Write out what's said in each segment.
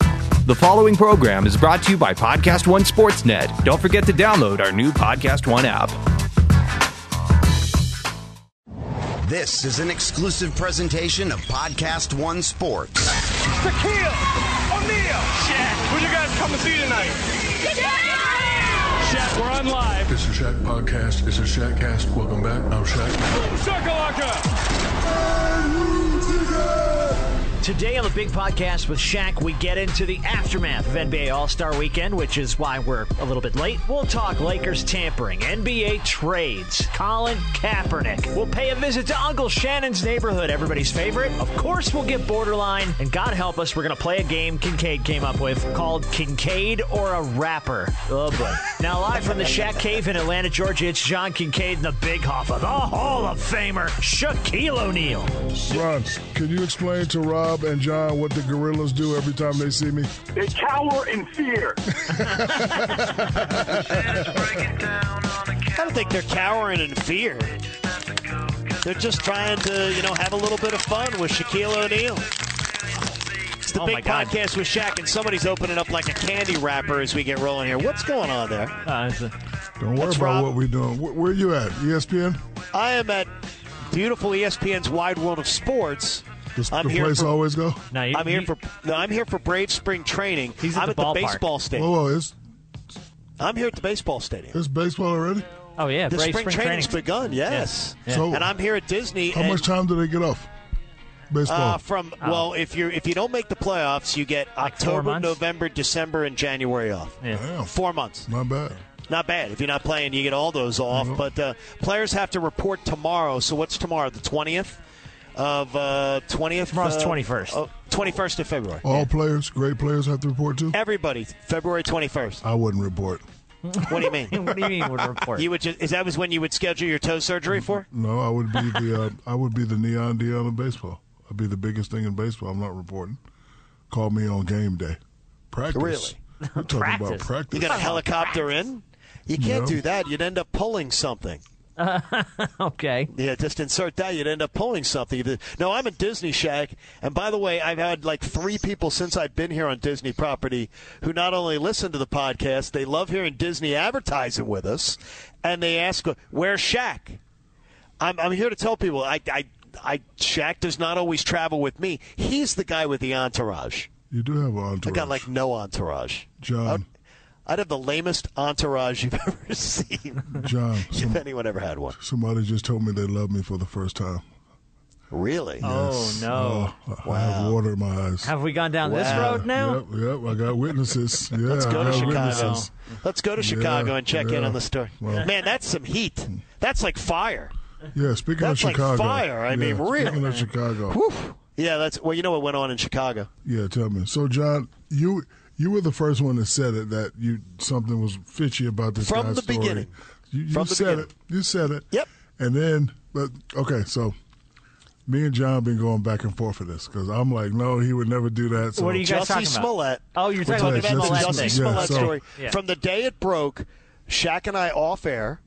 The following program is brought to you by Podcast One Sportsnet. Don't forget to download our new Podcast One app. This is an exclusive presentation of Podcast One Sports. Shaquille O'Neal. Shaq, who you guys come to see tonight? Shaq, we're on live. It's a Shack podcast. It's a Shackcast. Welcome back. I'm Shaq. Shakalaka. Today on the Big Podcast with Shaq, we get into the aftermath of NBA All Star Weekend, which is why we're a little bit late. We'll talk Lakers tampering, NBA trades, Colin Kaepernick. We'll pay a visit to Uncle Shannon's neighborhood, everybody's favorite. Of course, we'll get borderline, and God help us, we're going to play a game Kincaid came up with called Kincaid or a Rapper. Oh boy. now, live from the Shaq Cave in Atlanta, Georgia, it's John Kincaid and the Big Hoffa, the Hall of Famer, Shaquille O'Neal. Ron, can you explain to Rob and John what the gorillas do every time they see me? They cower in fear. I don't think they're cowering in fear. They're just trying to, you know, have a little bit of fun with Shaquille O'Neal. It's the Oh, my big God. podcast with Shaq, and somebody's opening up like a candy wrapper as we get rolling here. What's going on there? Don't worry That's about Rob. what we're doing. Where, where you at? E ESPN? I am at beautiful E ESPN's Wide World of Sports. This, I'm the here place for. I always go. Now, you- I'm here you- for no, I'm here for Brave Spring Training. He's at I'm the at the ballpark. baseball Whoa, stadium. whoa, it's, I'm here at the baseball stadium. it's baseball already? Oh yeah, The Brave spring, training's training. begun. Yes, Yeah. So- and I'm here at Disney. How and- much time do they get off? Baseball. Uh, from well, if you if you don't make the playoffs, you get Oh. four October, months? November, December, and January off. Damn, Four months, not bad. not bad. If you're not playing, you get all those off. But uh, players have to report tomorrow. So what's tomorrow? The twentieth of uh, twentieth. Tomorrow's Oh. 21st. Twenty first of February. All players, great players have to report too? Everybody, February twenty first. I wouldn't report. What do you mean? what do you mean would report? you would just, is that was when you would schedule your toe surgery for? No, I would be the uh, I would be the neon Dion of baseball. I'd be the biggest thing in baseball. I'm not reporting. Call me on game day. Practice. Really? We're talking about Practice. practice. You got a helicopter in? You can't No. do that. You'd end up pulling something. okay. Yeah, just insert that. You'd end up pulling something. The- No, I'm at Disney Shack. And by the way, I've had like three people since I've been here on Disney property who not only listen to the podcast, they love hearing Disney advertising with us. And they ask, where's Shaq? I'm, I'm here to tell people I, I, I, Shaq does not always travel with me. He's the guy with the entourage. You do have an entourage. I got like oh. no entourage. John. I'd have the lamest entourage you've ever seen, John. if anyone ever had one. Somebody just told me they love me for the first time. Really? Oh no. I- I have water in my eyes. Uh, Have we gone down this Wow. road now? Yep, yep. I got witnesses. Yeah, Let's go I to got Chicago. witnesses. Let's go to Chicago and check in yeah. on the story. Well- Man, that's some heat. That's like fire. Yeah, speaking That's of like Chicago, fire. I yeah, mean, Speaking really. of Chicago, Yeah, that's well. You know what went on in Chicago? yeah. Tell me. So, John, you you were the first one that said it that you something was fishy about this From guy's the story. beginning. You, you From the said beginning. it. You said it. Yep. And then, but okay, so. Me and John been going back and forth for this because I'm like, no, he would never do that. So What do you guys Jussie talking about? Smollett. Oh, you're We're talking about the talking Jussie about Smollett Jussie thing. Smollett. Smollett so- story. Yeah. From the day it broke, Shaq and I off air.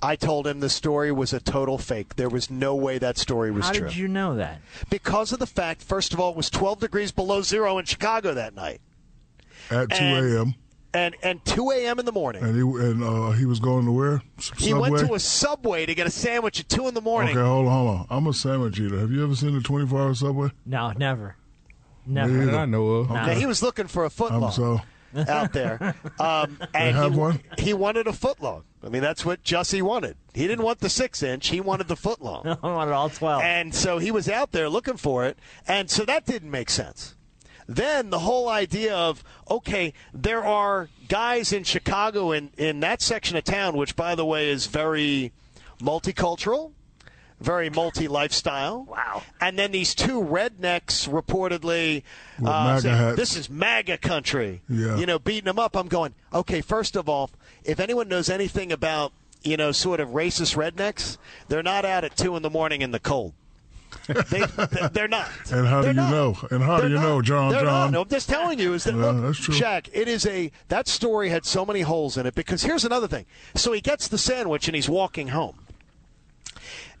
I told him the story was a total fake. There was no way that story was How true. did you know that? because of the fact, first of all, it was 12 degrees below zero in Chicago that night, at 2 And- a.m. and and 2 a.m. in the morning. and he and uh, he was going to where? Subway? he went to a subway to get a sandwich at 2 in the morning. Okay, hold on, hold on. I'm a sandwich eater. Have you ever seen a 24 hour subway? No, never. Me Never. Mm. either. I know of. Now, he was looking for a I'm footlong so. out there, um, and have he, one? he wanted a footlong. I mean, that's what Jussie wanted. He didn't want the six inch; he wanted the footlong. I wanted all twelve. and so he was out there looking for it, and so that didn't make sense. Then the whole idea of okay, there are guys in Chicago in in that section of town, which by the way is very multicultural. Very multi lifestyle. Wow. And then these two rednecks reportedly With uh, MAGA saying, hats. this is MAGA country. Yeah. You know, beating them up. I'm going, okay, first of all, if anyone knows anything about, you know, sort of racist rednecks, they're not out at 2 in the morning in the cold. They, they're not. And how do you They're not. know? And how do They're you know, John, They're John? Not. I'm just telling you. Is that, Yeah, look, that's true. Shaq, it is a, that story had so many holes in it because here's another thing. So he gets the sandwich and he's walking home.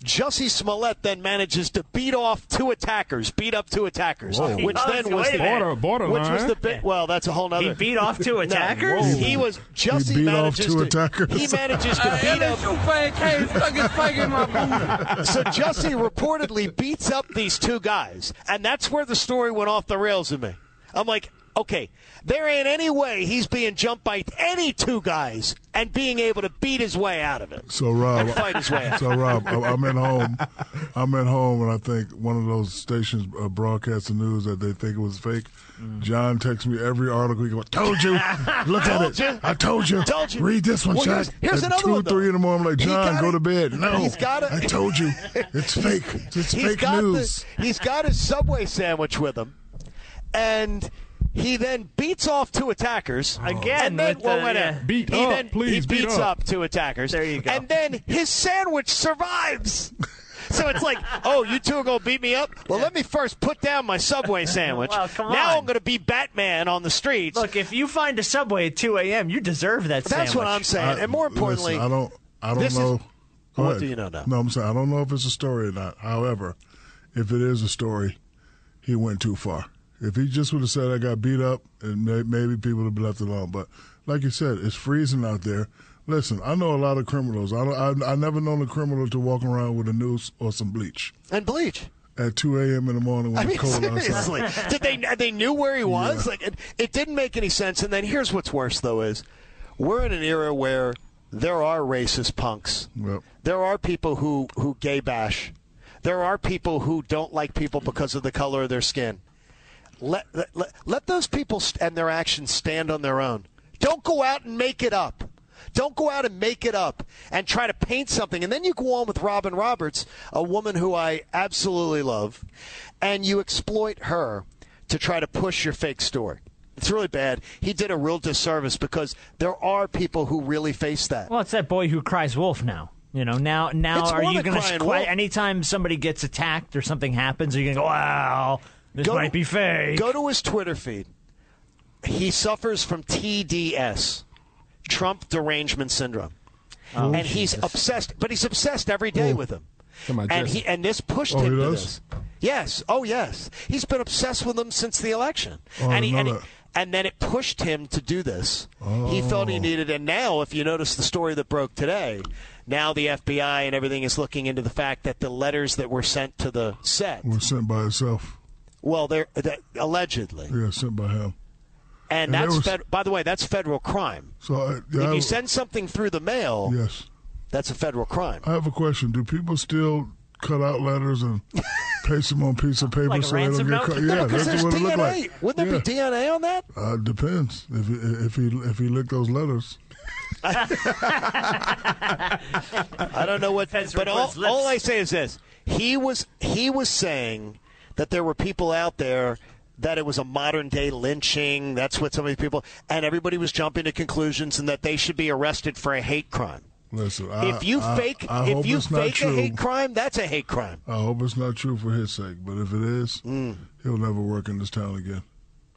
Jussie Smollett then manages to beat off two attackers, beat up two attackers, Whoa. which then was Wait a the, minute. Border- eh? borderline. which was the big. Well, that's a whole nother. He beat off two attackers? No, he was Jussie beat off manages two to, attackers. He manages to beat up so Jussie reportedly beats up these two guys, and that's where the story went off the rails in me. I'm like, okay, there ain't any way he's being jumped by any two guys and being able to beat his way out of it. So Rob, And fight his way out. so Rob, I- I'm at home. I'm at home, and I think one of those stations uh, broadcast the news that they think it was fake. Mm. John texts me every article. He goes, "Told you, look at Told it. you. I told you. Told you. Read this one, Well, Jack." here's- here's at another two, one, though. three in the morning. I'm like He John, got go it. to bed. No, He's got it. I told you, it's fake. It's He's fake got news. The, he's got his subway sandwich with him, and he then beats off two attackers Again And then, with well, the- wait a- yeah. Beat he up, then, please, He beat beats up. two attackers. There you go. And then his sandwich survives. So it's like, oh, you two are gonna beat me up? Well, let me first put down my subway sandwich. Well, come now on. I'm gonna be Batman on the streets. Look, if you find a subway at 2 a.m., you deserve that That's what I'm saying. I- and more listen, importantly, I don't, I don't this is- know. Go What ahead. do you know now? No, I'm saying I don't know if it's a story or not. However, if it is a story, he went too far. If he just would have said I got beat up, and may, maybe people would have been left alone. But like you said, it's freezing out there. Listen, I know a lot of criminals. I don't, I, I never known a criminal to walk around with a noose or some bleach and bleach. at 2 a.m. in the morning when I mean, it's cold outside. seriously, did they uh, they knew where he was? Like, it, it didn't make any sense. And then here's what's worse, though, is we're in an era where there are racist punks. Yep. There are people who who gay bash. There are people who don't like people because of the color of their skin. Let let, let- let those people st- and their actions stand on their own. Don't go out and make it up. Don't go out and make it up and try to paint something. And then you go on with Robin Roberts, a woman who I absolutely love, and you exploit her to try to push your fake story. It's really bad. He did a real disservice because there are people who really face that. Well, it's that boy who cries wolf now. You know, now now It's are more you than going crying to wolf. anytime somebody gets attacked or something happens, are you going to go, "Wow, this Go- might be fake." Go to his Twitter feed. He suffers from TDS, Trump derangement syndrome, and he's obsessed. But he's obsessed every day with him. Come on, and Jesse. he and this pushed Oh, him he to does? this. Yes. Oh, yes. He's been obsessed with him since the election. Oh, I and he, didn't and, know he- that. and then it pushed him to do this. He felt he needed. And now, if you notice the story that broke today, now the FBI and everything is looking into the fact that the letters that were sent to the set, Was sent by itself. well, they're that, allegedly. Yeah, sent by him. And And, that's there was- fed, by the way, that's federal crime. So I, if I- Oh. you send something through the mail, yes. that's a federal crime. I have a question. Do people still cut out letters and paste them on piece of paper Like a so they don't ransom get note? caught? No, Yeah, because that's there's what it DNA. looked like. Wouldn't there be DNA on that? Uh, depends if he, if he if he licked those letters. I don't know what. Depends but on all, his lips. all I say is this: he was he was saying that there were people out there that it was a modern day lynching. That's what some of these people and everybody was jumping to conclusions and that they should be arrested for a hate crime. Listen, I, If you I- fake I hope if you it's not fake a true. hate crime, that's a hate crime. I hope it's not true for his sake. But if it is, Mm. he'll never work in this town again.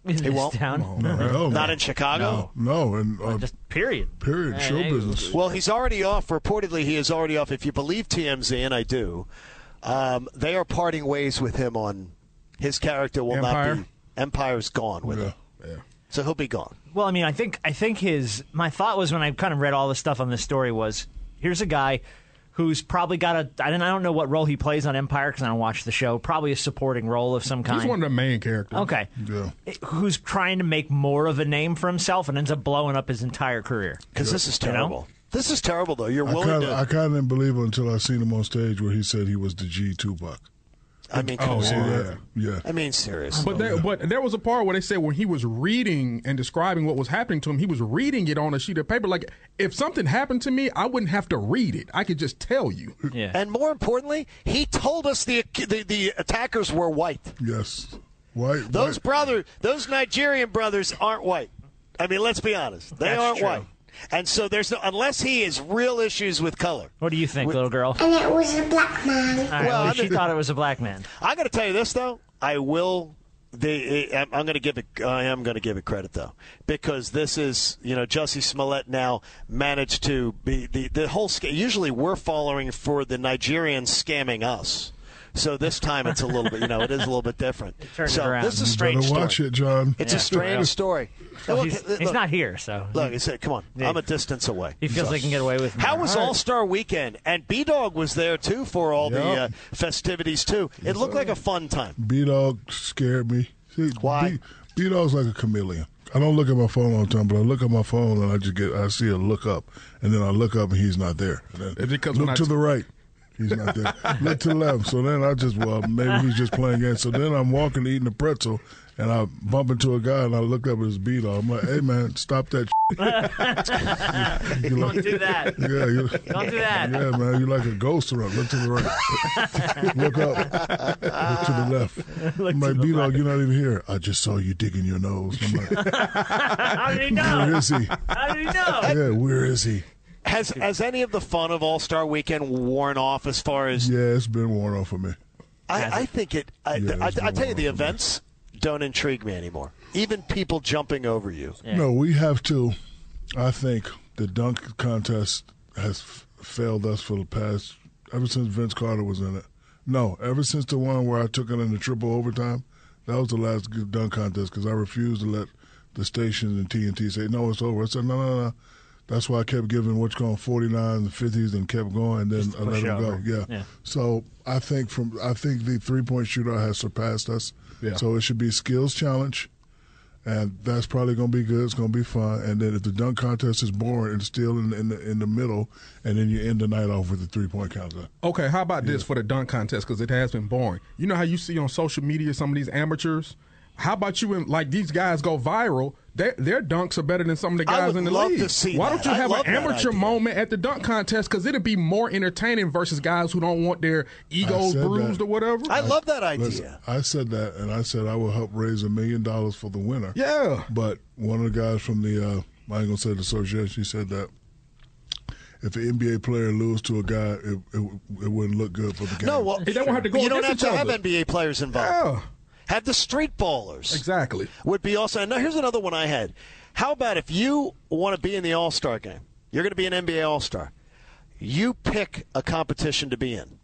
in this won't. town. Oh, no, hell Not no. in Chicago. No, and uh, Just period. period. Hey, show hey, business. Well, he's already off. Reportedly, he is already off. If you believe TMZ, and I do, um, they are parting ways with him on his character will Empire? not be. Empire's gone with yeah, him, yeah. so he'll be gone. Well, I mean, I think I think his my thought was when I kind of read all the stuff on this story was here's a guy who's probably got a I don't I don't know what role he plays on Empire because I don't watch the show. Probably a supporting role of some kind. He's one of the main characters. okay. Eh, Yeah. Who's trying to make more of a name for himself and ends up blowing up his entire career. Because this is You know? terrible. This is terrible, though. You're I willing kind to. of I kind of didn't believe it until I seen him on stage where he said he was the G Tupac. I mean, come Oh, on. See Yeah. that? Yeah. I mean, seriously. But there, but there was a part where they said when he was reading and describing what was happening to him, he was reading it on a sheet of paper. Like if something happened to me, I wouldn't have to read it. I could just tell you. Yeah. And more importantly, he told us the the, the attackers were white. Yes. White. Those white. brother, those Nigerian brothers aren't white. I mean, let's be honest, they That's aren't true. white. And so there's no, unless he has real issues with color. what do you think, little girl? And it was a black man. All right, Well, well, I she mean- thought it was a black man. I got to tell you this though, I will they, I'm going to give it. I am going to give it credit though, because this is you know Jussie Smollett now managed to be the the whole. sca- Usually we're following for the Nigerians scamming us, so this time it's a little bit. You know, it is a little bit different. turned it so around. this is a You strange. Better watch story. it, John. It's a Yeah. strange story. Well, Look, he's, look, he's not here, so Look, he said, "Come on, I'm a distance away." he feels So- they can get away with. how more. was All Star Weekend? And B Dog was there too for all the uh, Yep. festivities too. It looked like a fun time. B Dog scared me. See, Why? B Dog's like a chameleon. I don't look at my phone all the time, but I look at my phone and I just get I see a look up, and then I look up and he's not there. And then It's because when look I to t- the right. He's not there. Look to the left. So then I just, well, maybe he's just playing games. So then I'm walking, eating a pretzel, and I bump into a guy, and I look up at his beat. I'm like, hey, man, stop that. you Don't do that. yeah, you, Don't do that. Yeah, man, you like a ghost around. Look to the right. Look up. Look to the left. Look I'm to like, the B Dog, you're not even here. I just saw you digging your nose. I'm like, How do you where know? is he? How do you know? Yeah, where is he? Has has any of the fun of All Star Weekend worn off? As far as Yeah, it's been worn off for me. I, I think it, I, Yeah, I, it's I been tell worn off you, the a bit. events don't intrigue me anymore. Even people jumping over you. No, we have to. I think the dunk contest has f- failed us for the past ever since Vince Carter was in it. No, ever since the one where I took it in the triple overtime, that was the last good dunk contest because I refused to let the stations and TNT say no, it's over. I said no, no, no. That's why I kept giving what's going 49s and 50s and kept going. And then I let push it it over. go. Yeah. Yeah. So I think from I think the three point shootout has surpassed us. Yeah. So it should be skills challenge and that's probably going to be good. It's going to be fun. And then if the dunk contest is boring, it's still in, in the in the middle, and then you end the night off with a three point contest. Okay, how about this for the dunk contest? Because it has been boring. You know how you see on social media some of these amateurs. How about you and like these guys go viral? Their their dunks are better than some of the I guys would in the love league. to see Why that. don't you I have an love that amateur idea. moment at the dunk contest? Because it'd be more entertaining versus guys who don't want their egos said that. bruised or whatever. I love that idea. Listen, I said that, and I said I will help raise a million dollars for the winner. Yeah. But one of the guys from the uh, I ain't gonna say the association he said that if an NBA player lose to a guy, it, it, it wouldn't look good for the game. no, well, They don't have to go you don't have against to each have other. NBA players involved. yeah, Have the street ballers. exactly. would be also. And now here's another one I had. How about if you want to be in the All Star game? You're going to be an NBA All Star. You pick a competition to be in.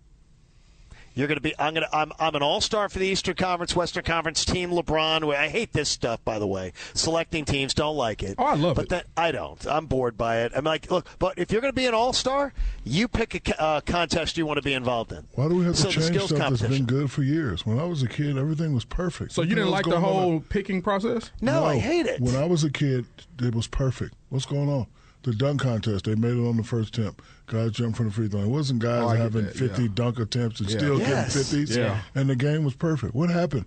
You're going to be. I'm going to. I'm. I'm an All Star for the Eastern Conference, Western Conference, Team LeBron. where- I hate this stuff, by the way. Selecting teams, don't like it. Oh, I love but it. That, I don't. I'm bored by it. I'm like, look. But if you're going to be an All Star, you pick a co- uh, contest you want to be involved in. why do we have so to change the skills stuff that's competition? been good for years? When I was a kid, everything was perfect. So you didn't like the whole picking process? No, I hate it. When I was a kid, it was perfect. What's going on? The dunk contest, they made it on the first attempt. Guys jumped from the free throw line. It wasn't guys Oh, I get having that, 50 yeah. dunk attempts and still Yes. getting 50s. Yeah. And the game was perfect. What happened?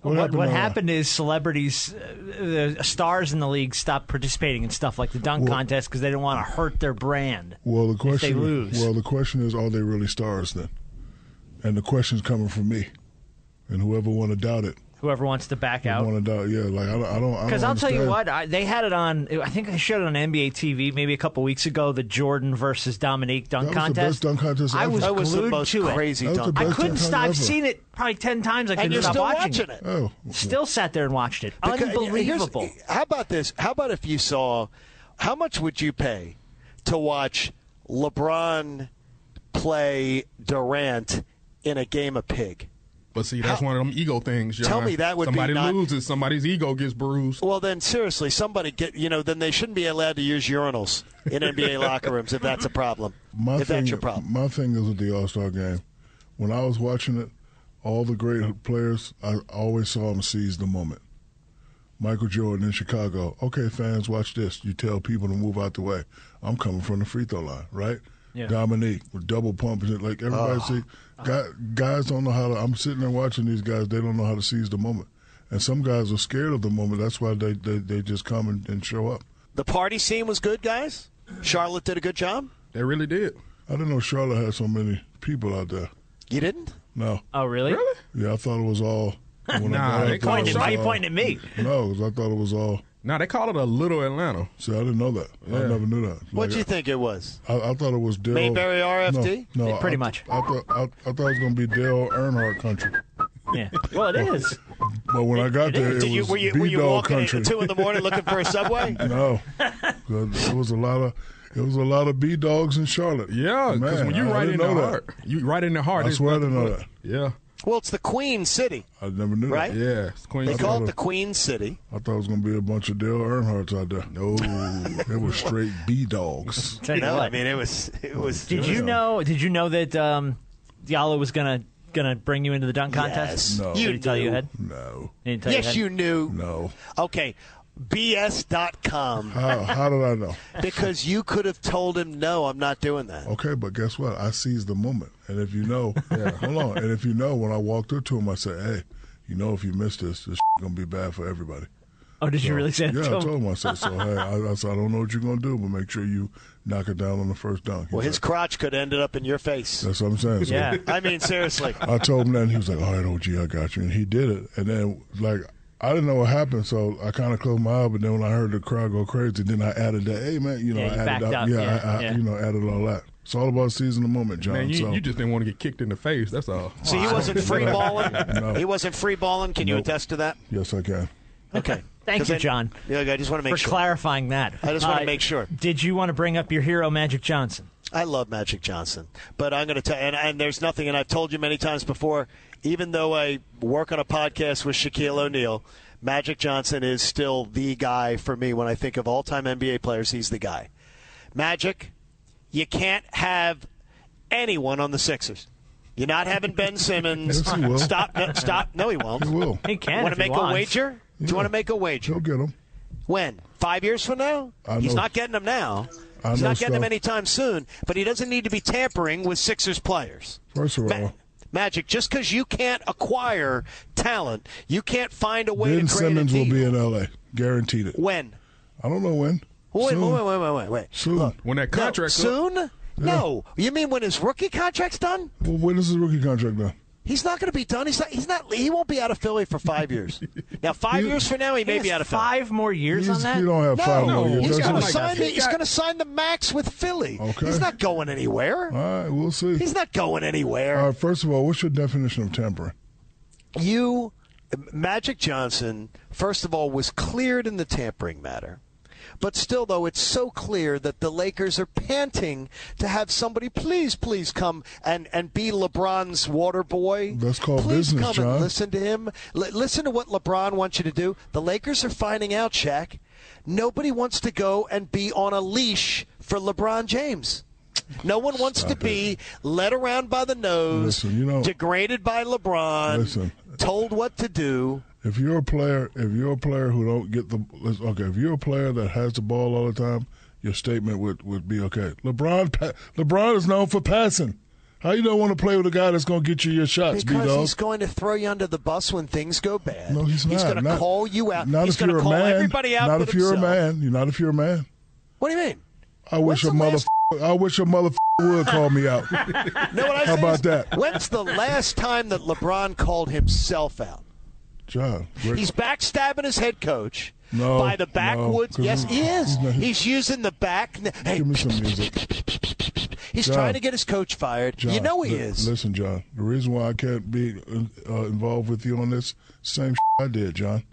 What, what, to that? happened is celebrities, uh, the stars in the league, stopped participating in stuff like the dunk Well- contest because they didn't want to hurt their brand. Well, the if they question. lose. Well, the question is, are they really stars then? And the question's coming from me, and whoever want to doubt it, Whoever wants to back out. want to doubt. Yeah, like I don't. I don't. Because Because I'll tell you what, I, they had it on. I think they showed it on NBA TV maybe a couple weeks ago. The Jordan versus Dominique dunk That was the contest. best dunk contest I ever. was That was glued the most to crazy That was the dunk. it. I Best couldn't dunk stop. I've ever. seen it probably ten times. I couldn't and you're stop still watching, it. Oh, Still sat there and watched it. Because- and here's- Unbelievable. How about this? How about if you saw, how much would you pay to watch LeBron play Durant in a game of pig? But see, that's How- one of them ego things. Tell John. me that would be somebody not- loses, somebody's ego gets bruised. Well, then seriously, somebody get you know. Then they shouldn't be allowed to use urinals in NBA locker rooms if that's a problem. My if thing, that's your problem, My thing is with the All Star game. When I was watching it, all the great players, I always saw them seize the moment. Michael Jordan in Chicago. Okay, fans, watch this. You tell people to move out the way. I'm coming from the free throw line, right? Yeah. Dominique with double pumping it. Like everybody Ah. see, guy, guys don't know how to. I'm sitting there watching these guys. They don't know how to seize the moment. And some guys are scared of the moment. That's why they, they, they just come and, and show up. the party scene was good, guys. Charlotte did a good job. They really did. I didn't know Charlotte had so many people out there. You didn't. No. oh, really? Really? Yeah, I thought it was all. When I Nah, got they out, I thought called it it- was Why you all- pointing at me? No, 'cause I thought it was all. Now they call it a little Atlanta. See, I didn't know that. I never knew that. What Like, do you think it was? I, I thought it was Dale. Mayberry RFD? No, no Yeah, pretty I- much. I thought I, I thought it was going to be Dale Earnhardt country. Yeah. Well, it is. But when I got there, it Did you, was were you, were B you dog walking country. at two in the morning looking for a subway? No, it was a lot of it was a lot of B dogs in Charlotte. Yeah, because Man, when you I right in didn't the know that. heart, you right in the heart. I there's swear I didn't know nothing that. but- Yeah, Well, it's the Queen City. I never knew Right? that. yeah. It's Queen They City. call it the Queen City. I thought it was gonna be a bunch of Dale Earnhardts out there. No, they were straight B dogs. Tell you No, what. I mean it was it was. did you know? Did you know that um, Diallo was gonna gonna bring you into the dunk contest? Yes. No. Did he You tell you knew. ahead. No, He didn't tell Yes, you ahead? knew. no. Okay, bs.com How, how did I know? because you could have told him no, I'm not doing that. Okay, but guess what? I seized the moment, and if you know, hold on, and if you know, when I walked up to him, I said, "Hey, you know, if you miss this, this gonna be bad for everybody." Oh, did you So, really say that Yeah, I to him? told him. I said, so, hey, I, I said, I don't know what you're going to do, but make sure you knock it down on the first dunk. He Well, was like, his crotch could have ended up in your face. That's what I'm saying. So Yeah. I mean, seriously. I told him that, and he was like, all right, OG, I got you. And he did it. And then, like, I didn't know what happened, so I kind of closed my eye. But then when I heard the crowd go crazy, then I added that, hey, man, you know, Yeah, you I added backed that. up. Yeah, Yeah, I, I, yeah. you know, added all that. It's all about seizing the moment, John. Man, you, so, you just didn't want to get kicked in the face. That's all. So he wasn't free balling. No. He wasn't free balling. Can you Nope. attest to that? yes, I can. Okay. Thank 'Cause you, I- John, Yeah, I just want to make for sure. clarifying that. I just wanna make sure. Did you want to bring up your hero, Magic Johnson? I love Magic Johnson, but I'm going to tell and, and there's nothing, and I've told you many times before. Even though I work on a podcast with Shaquille O'Neal, Magic Johnson is still the guy for me. When I think of all-time NBA players, he's the guy. Magic, you can't have anyone on the Sixers. You're not having Ben Simmons. Yes, he will. Stop! No, stop! No, he won't. He will. He can. Want if to he make a wants. wager? Do you want to make a wager? He'll get him. When? Five years from now? I He's know- not getting them now. I He's know not getting them stuff. anytime soon, but he doesn't need to be tampering with Sixers players. First of Ma- all, Magic, just because you can't acquire talent, you can't find a way Ben to create a Simmons will deal. be in L.A., guaranteed it. When? I don't know when. Wait, wait, Soon. wait, wait, wait, wait, wait. Soon. When that No, contract up, soon? No. You mean when his rookie contract's done? Well, when is his rookie contract done? He's not going to be done. He's not. He's not. He won't be out of Philly for five years. Now, five He- years from now, he, may He be has out of Philly. five more years on He's- that. He don't have five No, more years. he's That's going to gotta it. like sign. that. The, He he's got- going to sign the max with Philly. Okay. He's not going anywhere. All right, we'll see. He's not going anywhere. All right, Uh, first of all, what's your definition of tampering? you, Magic Johnson, first of all, was cleared in the tampering matter. But still, though, it's so clear that the Lakers are panting to have somebody please, please come and, and be LeBron's water boy. That's called please business, come John. And listen to him. Li- listen to what LeBron wants you to do. The Lakers are finding out, Shaq. Nobody wants to go and be on a leash for LeBron James. No one wants to be led around by the nose, Listen, you know- degraded by LeBron, Listen. told what to do. If you're a player, if you're a player who don't get the let's- okay, if you're a player that has the ball all the time, your statement would, would be okay. LeBron, pa- LeBron is known for passing. How you don't want to play with a guy that's going to get you your shots, B Because dog? he's going to throw you under the bus when things go bad. No, he's not. going to Not- call you out. Not he's if going you're to a call man. everybody out. Not but if you're himself. a man. You're not if you're a man. What do you mean? I wish When's a the mother last- I wish a mother would call me out. No, what I How say about is, that? When's the last time that LeBron called himself out? John, Rick- He's backstabbing his head coach No, by the no, backwoods. 'cause yes, he he's- is. he's not- He's using the back. Hey, give me some music. he's John. trying to get his coach fired. you John, know he li- is. Listen, John. The reason why I can't be uh, involved with you on this same I did, John.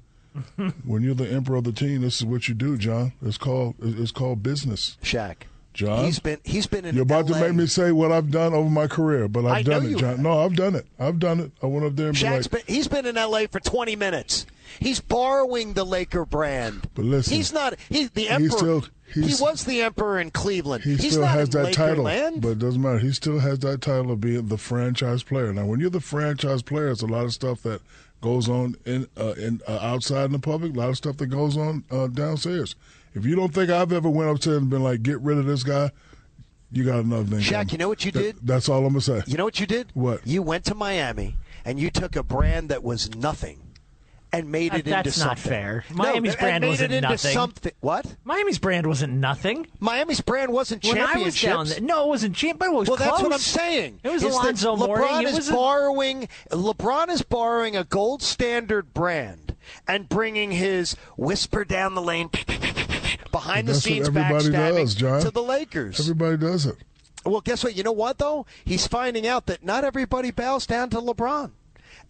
when you're the emperor of the team, this is what you do, John. It's called it's called business, Shaq. John. He's been he's been in. you're about to LA. make me say what I've done over my career, but I've I know done it, you John. have. No, I've done it. I've done it. I went up there and Shaq's be like, been he's been in L.A. for 20 minutes. He's borrowing the Laker brand. But listen, he's not. He's the emperor. still- he's- he was the emperor in Cleveland. he he's still not has in that Laker title, land. but it doesn't matter. He still has that title of being the franchise player. Now, when you're the franchise player, it's a lot of stuff that goes on in uh, in uh, outside in the public, a lot of stuff that goes on uh, downstairs. If you don't think I've ever went upstairs and been like, "Get rid of this guy," you got another thing. Shaq, coming. you know what you That- did? That's all I'm gonna say. You know what you did? What? You went to Miami and you took a brand that was nothing and made That- it that's into not something. fair. No, Miami's and brand made wasn't it into nothing. Something. What? Miami's brand wasn't nothing. Miami's brand wasn't When I was championships. down there, no, it wasn't champ, but it was Well, close. that's what I'm saying. It was is that Alonzo LeBron Mourning. It is was a- borrowing. LeBron is borrowing a gold standard brand and bringing his whisper down the lane, behind the That's what scenes everybody backstabbing does, John. to the Lakers. Everybody does it. well, guess what? You know what though? He's finding out that not everybody bows down to LeBron.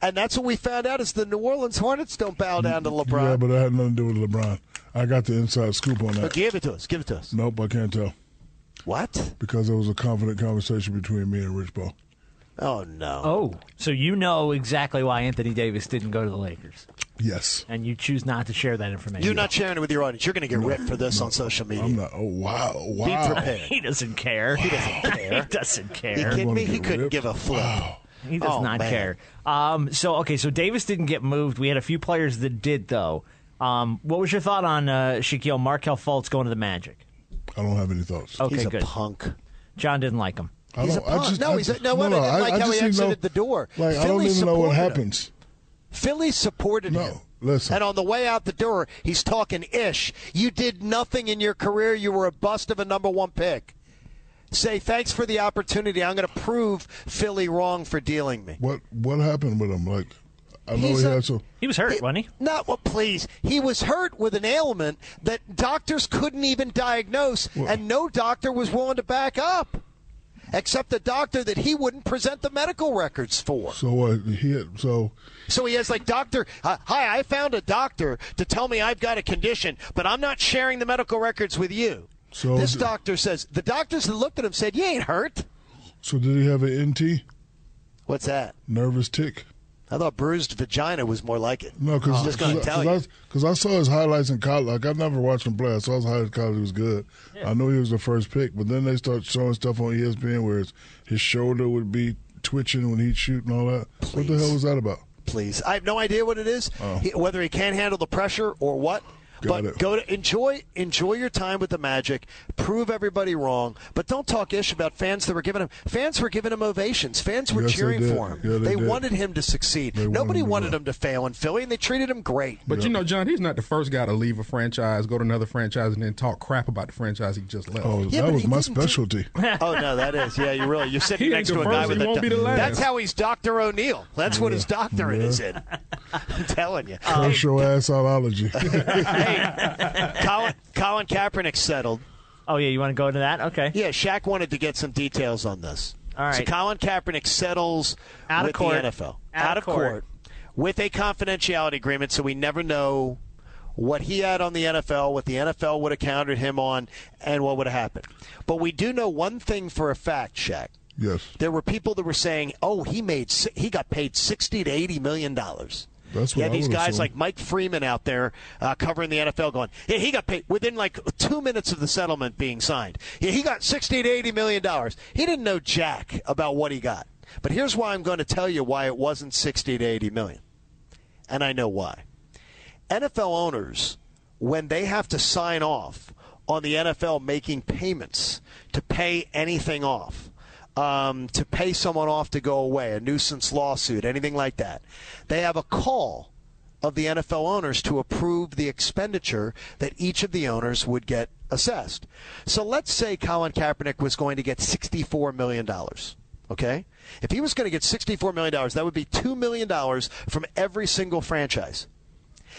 And that's what we found out is the New Orleans Hornets don't bow down to LeBron. Yeah, but that had nothing to do with LeBron. I got the inside scoop on But that. give it to us. Give it to us. Nope, I can't tell What? because it was a confident conversation between me and Rich Paul. Oh no. Oh, so you know exactly why Anthony Davis didn't go to the Lakers, Yes, and you choose not to share that information. You're not sharing it with your audience. You're going to get ripped for this on social media. I'm not. Oh wow, Be wow. prepared. He doesn't care. He doesn't care. he doesn't You care. kidding me? He Get couldn't ripped. give a flip. He does Oh, not man. care. Um, so okay, so Davis didn't get moved. We had a few players that did though. Um, what was your thought on uh, Shaquille Markel Fultz going to the Magic? I don't have any thoughts. Okay, He's a good. punk. John didn't like him. I He's a don't, I punk. just, No, I, he's a- no, wait, I didn't like how just he didn't exited the door. Like I don't Philly even know what supported him. happens. Philly supported No, him. listen. And on the way out the door, he's talking ish. You did nothing in your career. You were a bust of a number one pick. Say thanks for the opportunity. I'm going to prove Philly wrong for dealing me. What what happened with him? Like I know He's he a- had some. He was hurt, wasn't he? Not well, please. He was hurt with an ailment that doctors couldn't even diagnose, and no doctor was willing to back up, except the doctor that he wouldn't present the medical records for. So what he had, so So he has like doctor. Uh, hi, I found a doctor to tell me I've got a condition, but I'm not sharing the medical records with you. So this the- doctor says the doctors that looked at him said you ain't hurt. so did he have an NT What's that? nervous tick? I thought bruised vagina was more like it. No, I'm because just gonna tell you. I, saw his highlights in college. Like I never watched him play. I saw his highlights in college. He was good. I knew he was the first pick, but then they start showing stuff on E ESPN where his, his shoulder would be twitching when he'd shoot and all that. What the Please. hell was that about? please. I have no idea what it is, he- whether he can't handle the pressure or what. Oh. Got but it. go to enjoy enjoy your time with the Magic. Prove everybody wrong, but don't talk ish about fans that were giving him. Fans were giving him ovations. Fans were Yes, they cheering did. for him. Yeah, they did. wanted him to succeed. They wanted Nobody him to wanted win. him to fail in Philly, and they treated him great. But you know, John, he's not the first guy to leave a franchise, go to another franchise, and then talk crap about the franchise he just left. Oh, that Yeah, but was he my didn't do- specialty. oh no, that is yeah. You really you're sitting He next ain't to a the guy first, with he a. won't be the last. That's how he's Doctor O'Neill. That's what his doctorate Yeah. Uh, is in. I'm telling you. Curse your ass outology. hey, Colin, Colin Kaepernick settled. Oh yeah, you want to go into that? Okay. Yeah, Shaq wanted to get some details on this. All right. So Colin Kaepernick settles Out of with court. the NFL Out of court. with a confidentiality agreement, so we never know what he had on the NFL, what the NFL would have countered him on, and what would have happened. But we do know one thing for a fact, Shaq. yes, There were people that were saying, "Oh, he made si- he got paid sixty to eighty million dollars." That's what yeah. I These would've guys assumed. like Mike Freeman out there uh, covering the NFL, going, "Yeah, he got paid within like two minutes of the settlement being signed. Yeah, he got sixty to eighty million dollars. He didn't know jack about what he got." But here's why I'm going to tell you why it wasn't sixty to eighty million, and I know why. NFL owners, when they have to sign off on the NFL making payments to pay anything off, um, to pay someone off to go away, a nuisance lawsuit, anything like that, they have a call of the NFL owners to approve the expenditure that each of the owners would get assessed. So let's say Colin Kaepernick was going to get $64 million. Okay? If he was going to get $64 million, that would be $2 million from every single franchise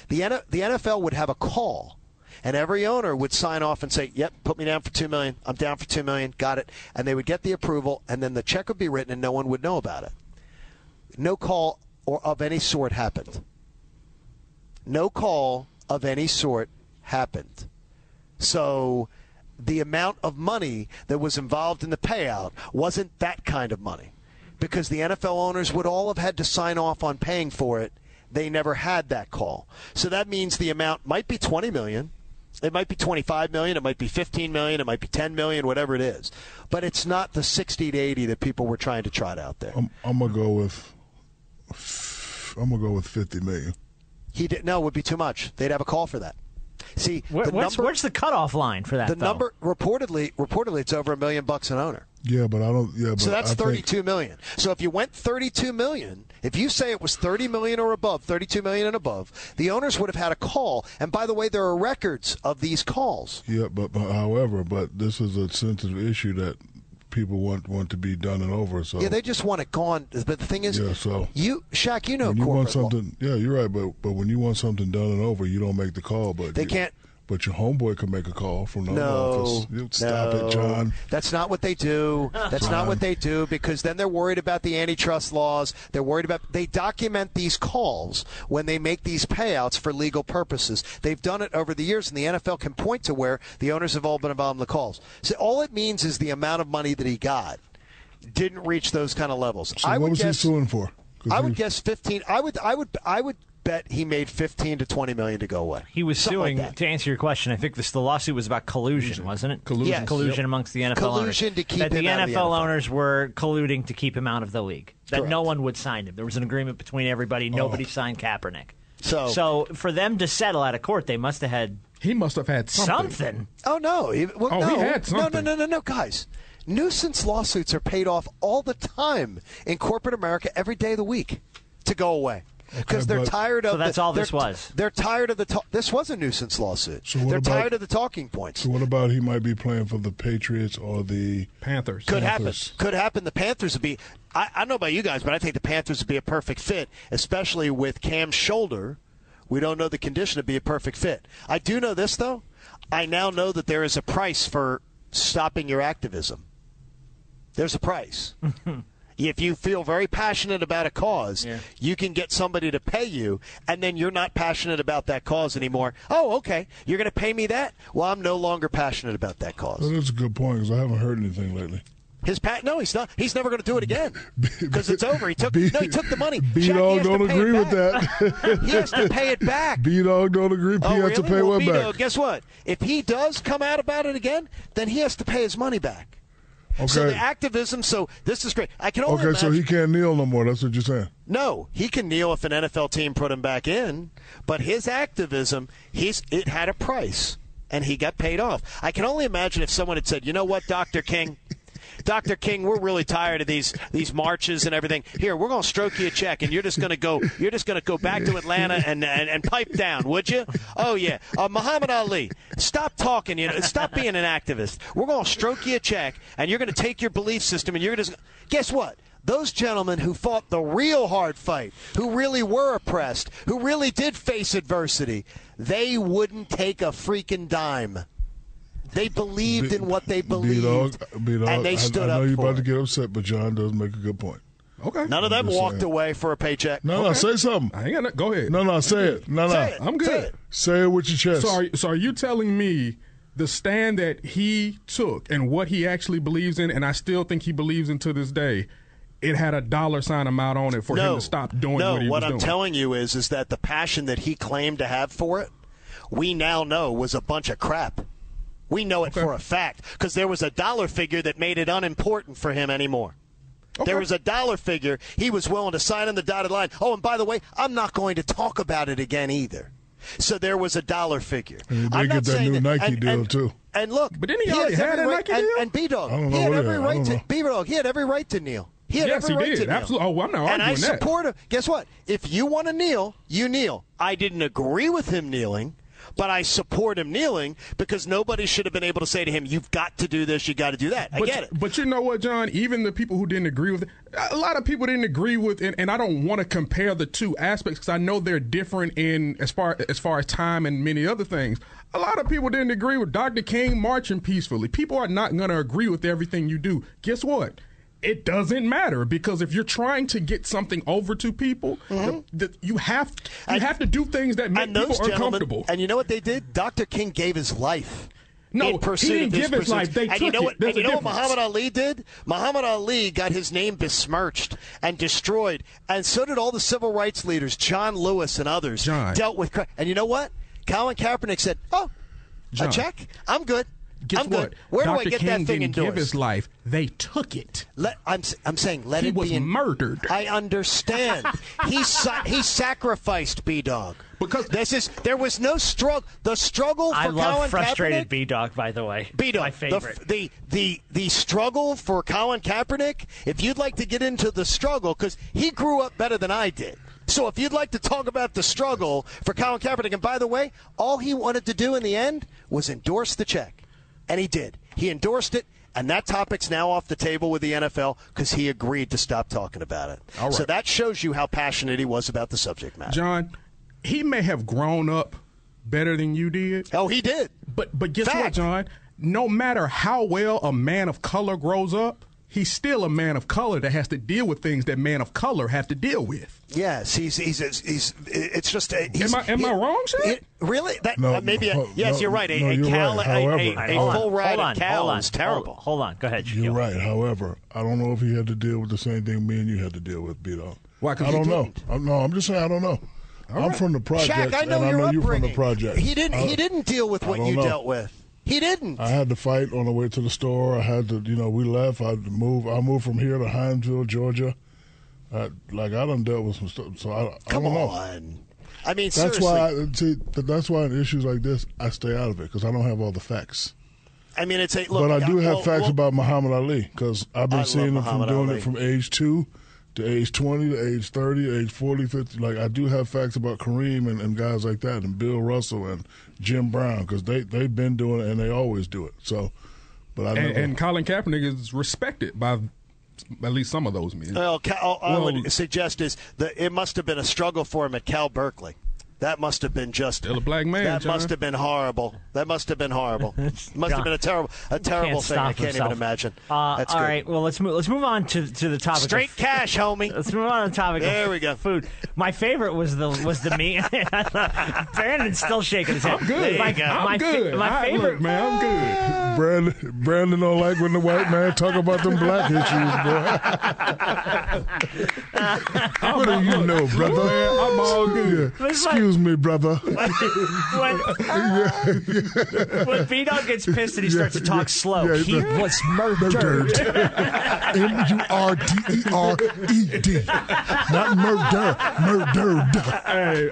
the N- the NFL would have a call, and every owner would sign off and say, "Yep, put me down for two million. I'm down for two million. Got it." And they would get the approval, and then the check would be written, and no one would know about it. No call or of any sort happened. No call of any sort happened. So. The amount of money that was involved in the payout wasn't that kind of money because the NFL owners would all have had to sign off on paying for it. They never had that call. So that means the amount might be 20 million. It might be 25 million, it might be 15 million, it might be 10 million, whatever it is. But it's not the 60 to 80 that people were trying to trot out there. I'm, I'm gonna go with. I'm gonna go with fifty million. He did no, it would be too much. They'd have a call for that. See, Where, the where's, number where's the cutoff line for that? the though? number reportedly reportedly it's over a million bucks an owner. Yeah, but I don't. Yeah, but So that's I think- thirty-two million. So if you went thirty-two million, if you say it was thirty million or above, thirty-two million and above, the owners would have had a call. And by the way, there are records of these calls. Yeah, but, but however, but this is a sensitive issue that people want want to be done and over. So Yeah, they just want it gone. But the thing is, Yeah, so- you, Shaq, you know, when you want corporate law. something, yeah, you're right. But but when you want something done and over, you don't make the call. But They you- can't- But your homeboy could make a call from the home No, office. You- Stop no. it, John. That's not what they do. That's not what they do because then they're worried about the antitrust laws. They're worried about they document these calls when they make these payouts for legal purposes. They've done it over the years, and the NFL can point to where the owners have all been involved in the calls. So all it means is the amount of money that he got didn't reach those kind of levels. So I what would was guess, he suing for? 'Cause I he- would guess fifteen. I would. I would. I would bet he made fifteen to twenty million to go away. He was Something like suing that. to answer your question. I think this the lawsuit was about collusion, wasn't it? Collusion, Yes. collusion Yep. amongst the NFL owners. Collusion to keep that him the out NFL, of the NFL. owners were colluding to keep him out of the league. That no Correct. one would sign him. There was an agreement between everybody. Nobody signed Kaepernick. So- so for them to settle out of court, they must have had He must have had something. something. Oh no! He- well, Oh, no. he had No, something. no, no, no, no, guys. Nuisance lawsuits are paid off all the time in corporate America, every day of the week, to go away because they're but- tired of. So that's the- all this they're- was. They're tired of the. Ta- this was a nuisance lawsuit. So what they're about- tired of the talking points. So what about he might be playing for the Patriots or the Panthers. Could happen. Panthers. Could happen. The Panthers would be. I, I don't know about you guys, but I think the Panthers would be a perfect fit, especially with Cam's shoulder. We don't know the condition to be a perfect fit. I do know this though. I now know that there is a price for stopping your activism. There's a price. if you feel very passionate about a cause, you can get somebody to pay you, and then you're not passionate about that cause anymore. Oh, okay. You're going to pay me that? Well, I'm no longer passionate about that cause. Well, that's a good point because I haven't heard anything lately. His pat? No, he's not. He's never going to do it again because it's over. He took. B- no, he took the money. B Jack, he Dog has to don't pay agree it with back. that. he has to pay it back. B Dog don't agree. He oh, has really? to pay well, one B back. Dog, guess what? If he does come out about it again, then he has to pay his money back. Okay. So the activism. So this is great. I can only okay, so imagine- he can't kneel no more. That's what you're saying. no, he can kneel if an NFL team put him back in, but his activism, he's it had a price, and he got paid off. I can only imagine if someone had said, "You know what, Doctor King." Dr. King, we're really tired of these these marches and everything. Here, we're going to stroke you a check, and you're just going to go. You're just going to go back to Atlanta and, and and pipe down, would you? Oh yeah, uh, Muhammad Ali, stop talking. You know, stop being an activist. We're going to stroke you a check, and you're going to take your belief system, and you're just guess what? Those gentlemen who fought the real hard fight, who really were oppressed, who really did face adversity, they wouldn't take a freaking dime. They believed in what they B-Dog, believed, B-Dog, and they stood I, I know up you're for about to it. get upset, but John does make a good point. Okay. None of I'm them just walked saying. away for a paycheck. No, no, say something. I ain't got no- Go ahead. No, no, say it. No, no, Say it. I'm Say good. it. say it with your chest. So are, so are you telling me the stand that he took and what he actually believes in, and I still think he believes in to this day, it had a dollar sign amount on it for him to stop doing no, what he was I'm doing? telling you is is that the passion that he claimed to have for it, we now know was a bunch of crap. We know it for a fact because there was a dollar figure that made it unimportant for him anymore. There was a dollar figure he was willing to sign on the dotted line. Oh, and by the way, I'm not going to talk about it again either. So there was a dollar figure. And he did I'm not get that saying new Nike and- deal, and- too. And look, But didn't he has already have every that right, Nike and, deal? And B Dog, I don't know he had what it every is. I right don't to know. B Dog. He had every right to kneel. He had Yes, every he right did. to kneel. Absolutely. Oh, well, I'm not And I arguing that. support him. Guess what? If you want to kneel, you kneel. I didn't agree with him kneeling. But I support him kneeling because nobody should have been able to say to him, "You've got to do this. You got to do that." I but, get it. But you know what, John? Even the people who didn't agree with a lot of people didn't agree with, and, and I don't want to compare the two aspects because I know they're different in as far as far as time and many other things. A lot of people didn't agree with Dr. King marching peacefully. People are not going to agree with everything you do. Guess what? It doesn't matter because if you're trying to get something over to people, Mm-hmm. the, the, you have you And- have to do things that make and those people gentlemen, uncomfortable. and you know what they did? Dr. King gave his life. No, in he pursuit didn't of his give his pursuits. life. They and took you know it. what? There's and you a know what difference. Muhammad Ali did? Muhammad Ali got his name besmirched and destroyed, and so did all the civil rights leaders, John Lewis and others, John. dealt with. cri- And you know what? Colin Kaepernick said, "Oh, a John. check. I'm good. Guess I'm what? good. Where Dr. do I get King that thing didn't give endorsed?" his life. They took it. Let, I'm, s- I'm saying let He it was be en- murdered. I understand. he sa- he sacrificed B Dog Because- this is there was no struggle. The struggle for I love Colin frustrated Kaepernick. B Dog, by the way. B Dog, my favorite. The, the the the struggle for Colin Kaepernick. If you'd like to get into the struggle, because he grew up better than I did. So if you'd like to talk about the struggle for Colin Kaepernick, and by the way, all he wanted to do in the end was endorse the check, and he did. He endorsed it. And that topic's now off the table with the NFL because he agreed to stop talking about it. All right. So that shows you how passionate he was about the subject matter. John, he may have grown up better than you did. Oh, he did. But but guess what, Fact. John? No matter how well a man of color grows up, he's still a man of color that has to deal with things that man of color have to deal with. Yes, he's he's he's. he's it's just. A, he's, I- am I wrong, Shaq? it- really? That No, uh, maybe. a- no, yes, no, you're right. A, no, a you're cow, right. a- a, However, a Hold on, full ride hold on, of cow hold on, is terrible. Hold, hold on. Go ahead, Shaquille. You're right. However, I don't know if he had to deal with the same thing me and you had to deal with, beat up. Why, 'cause I he don't know. didn't. I'm, no, I'm just saying I don't know. I'm from the project, Shaq, I know and I your know you from upbringing. the project. He didn't. I, he didn't deal with Uh, I what don't you know. dealt with. He didn't. I had to fight on the way to the store. I had to, you know, we left. I had to move. I moved from here to Hinesville, Georgia. I, like I done dealt with some stuff, so I, I Come don't know. on. I mean, That's seriously. why. I, see, th- that's why in issues like this, I stay out of it because I don't have all the facts. I mean, it's a look. uh, but I do have well- facts well- about Muhammad Ali because I've I been love seeing him from Muhammad doing Ali. it from age two to age 20 to age 30, to age 40, 50. Like, I do have facts about Kareem and, and guys like that and Bill Russell and Jim Brown because they, they've been doing it and they always do it. So, but I And, never. and Colin Kaepernick is respected by at least some of those men. Well, Cal, all I Well- would suggest is that it must have been a struggle for him at Cal Berkeley. That must have been just Still a black man, That John. must have been horrible. That must have been horrible. must have been a terrible, a terrible Can't thing. stop I can't himself. even imagine. Uh, That's all good. right, Well, let's move. Let's move on to to the topic. Straight of, cash, homie. Let's move on to the topic. of There we go. Food. My favorite was the was the meat. Brandon's still shaking his head. I'm good. My, I'm my fa- good. my I- favorite. look, man. I'm good. Brandon, Brandon don't like when the white man talk about them black issues, boy. what do you know, brother? I'm all good. Yeah. Excuse me, brother. when, when B-Dog gets pissed and he starts to talk slow, yeah, he the- was murdered. M U R D E R E D. Not murder, murdered. Hey,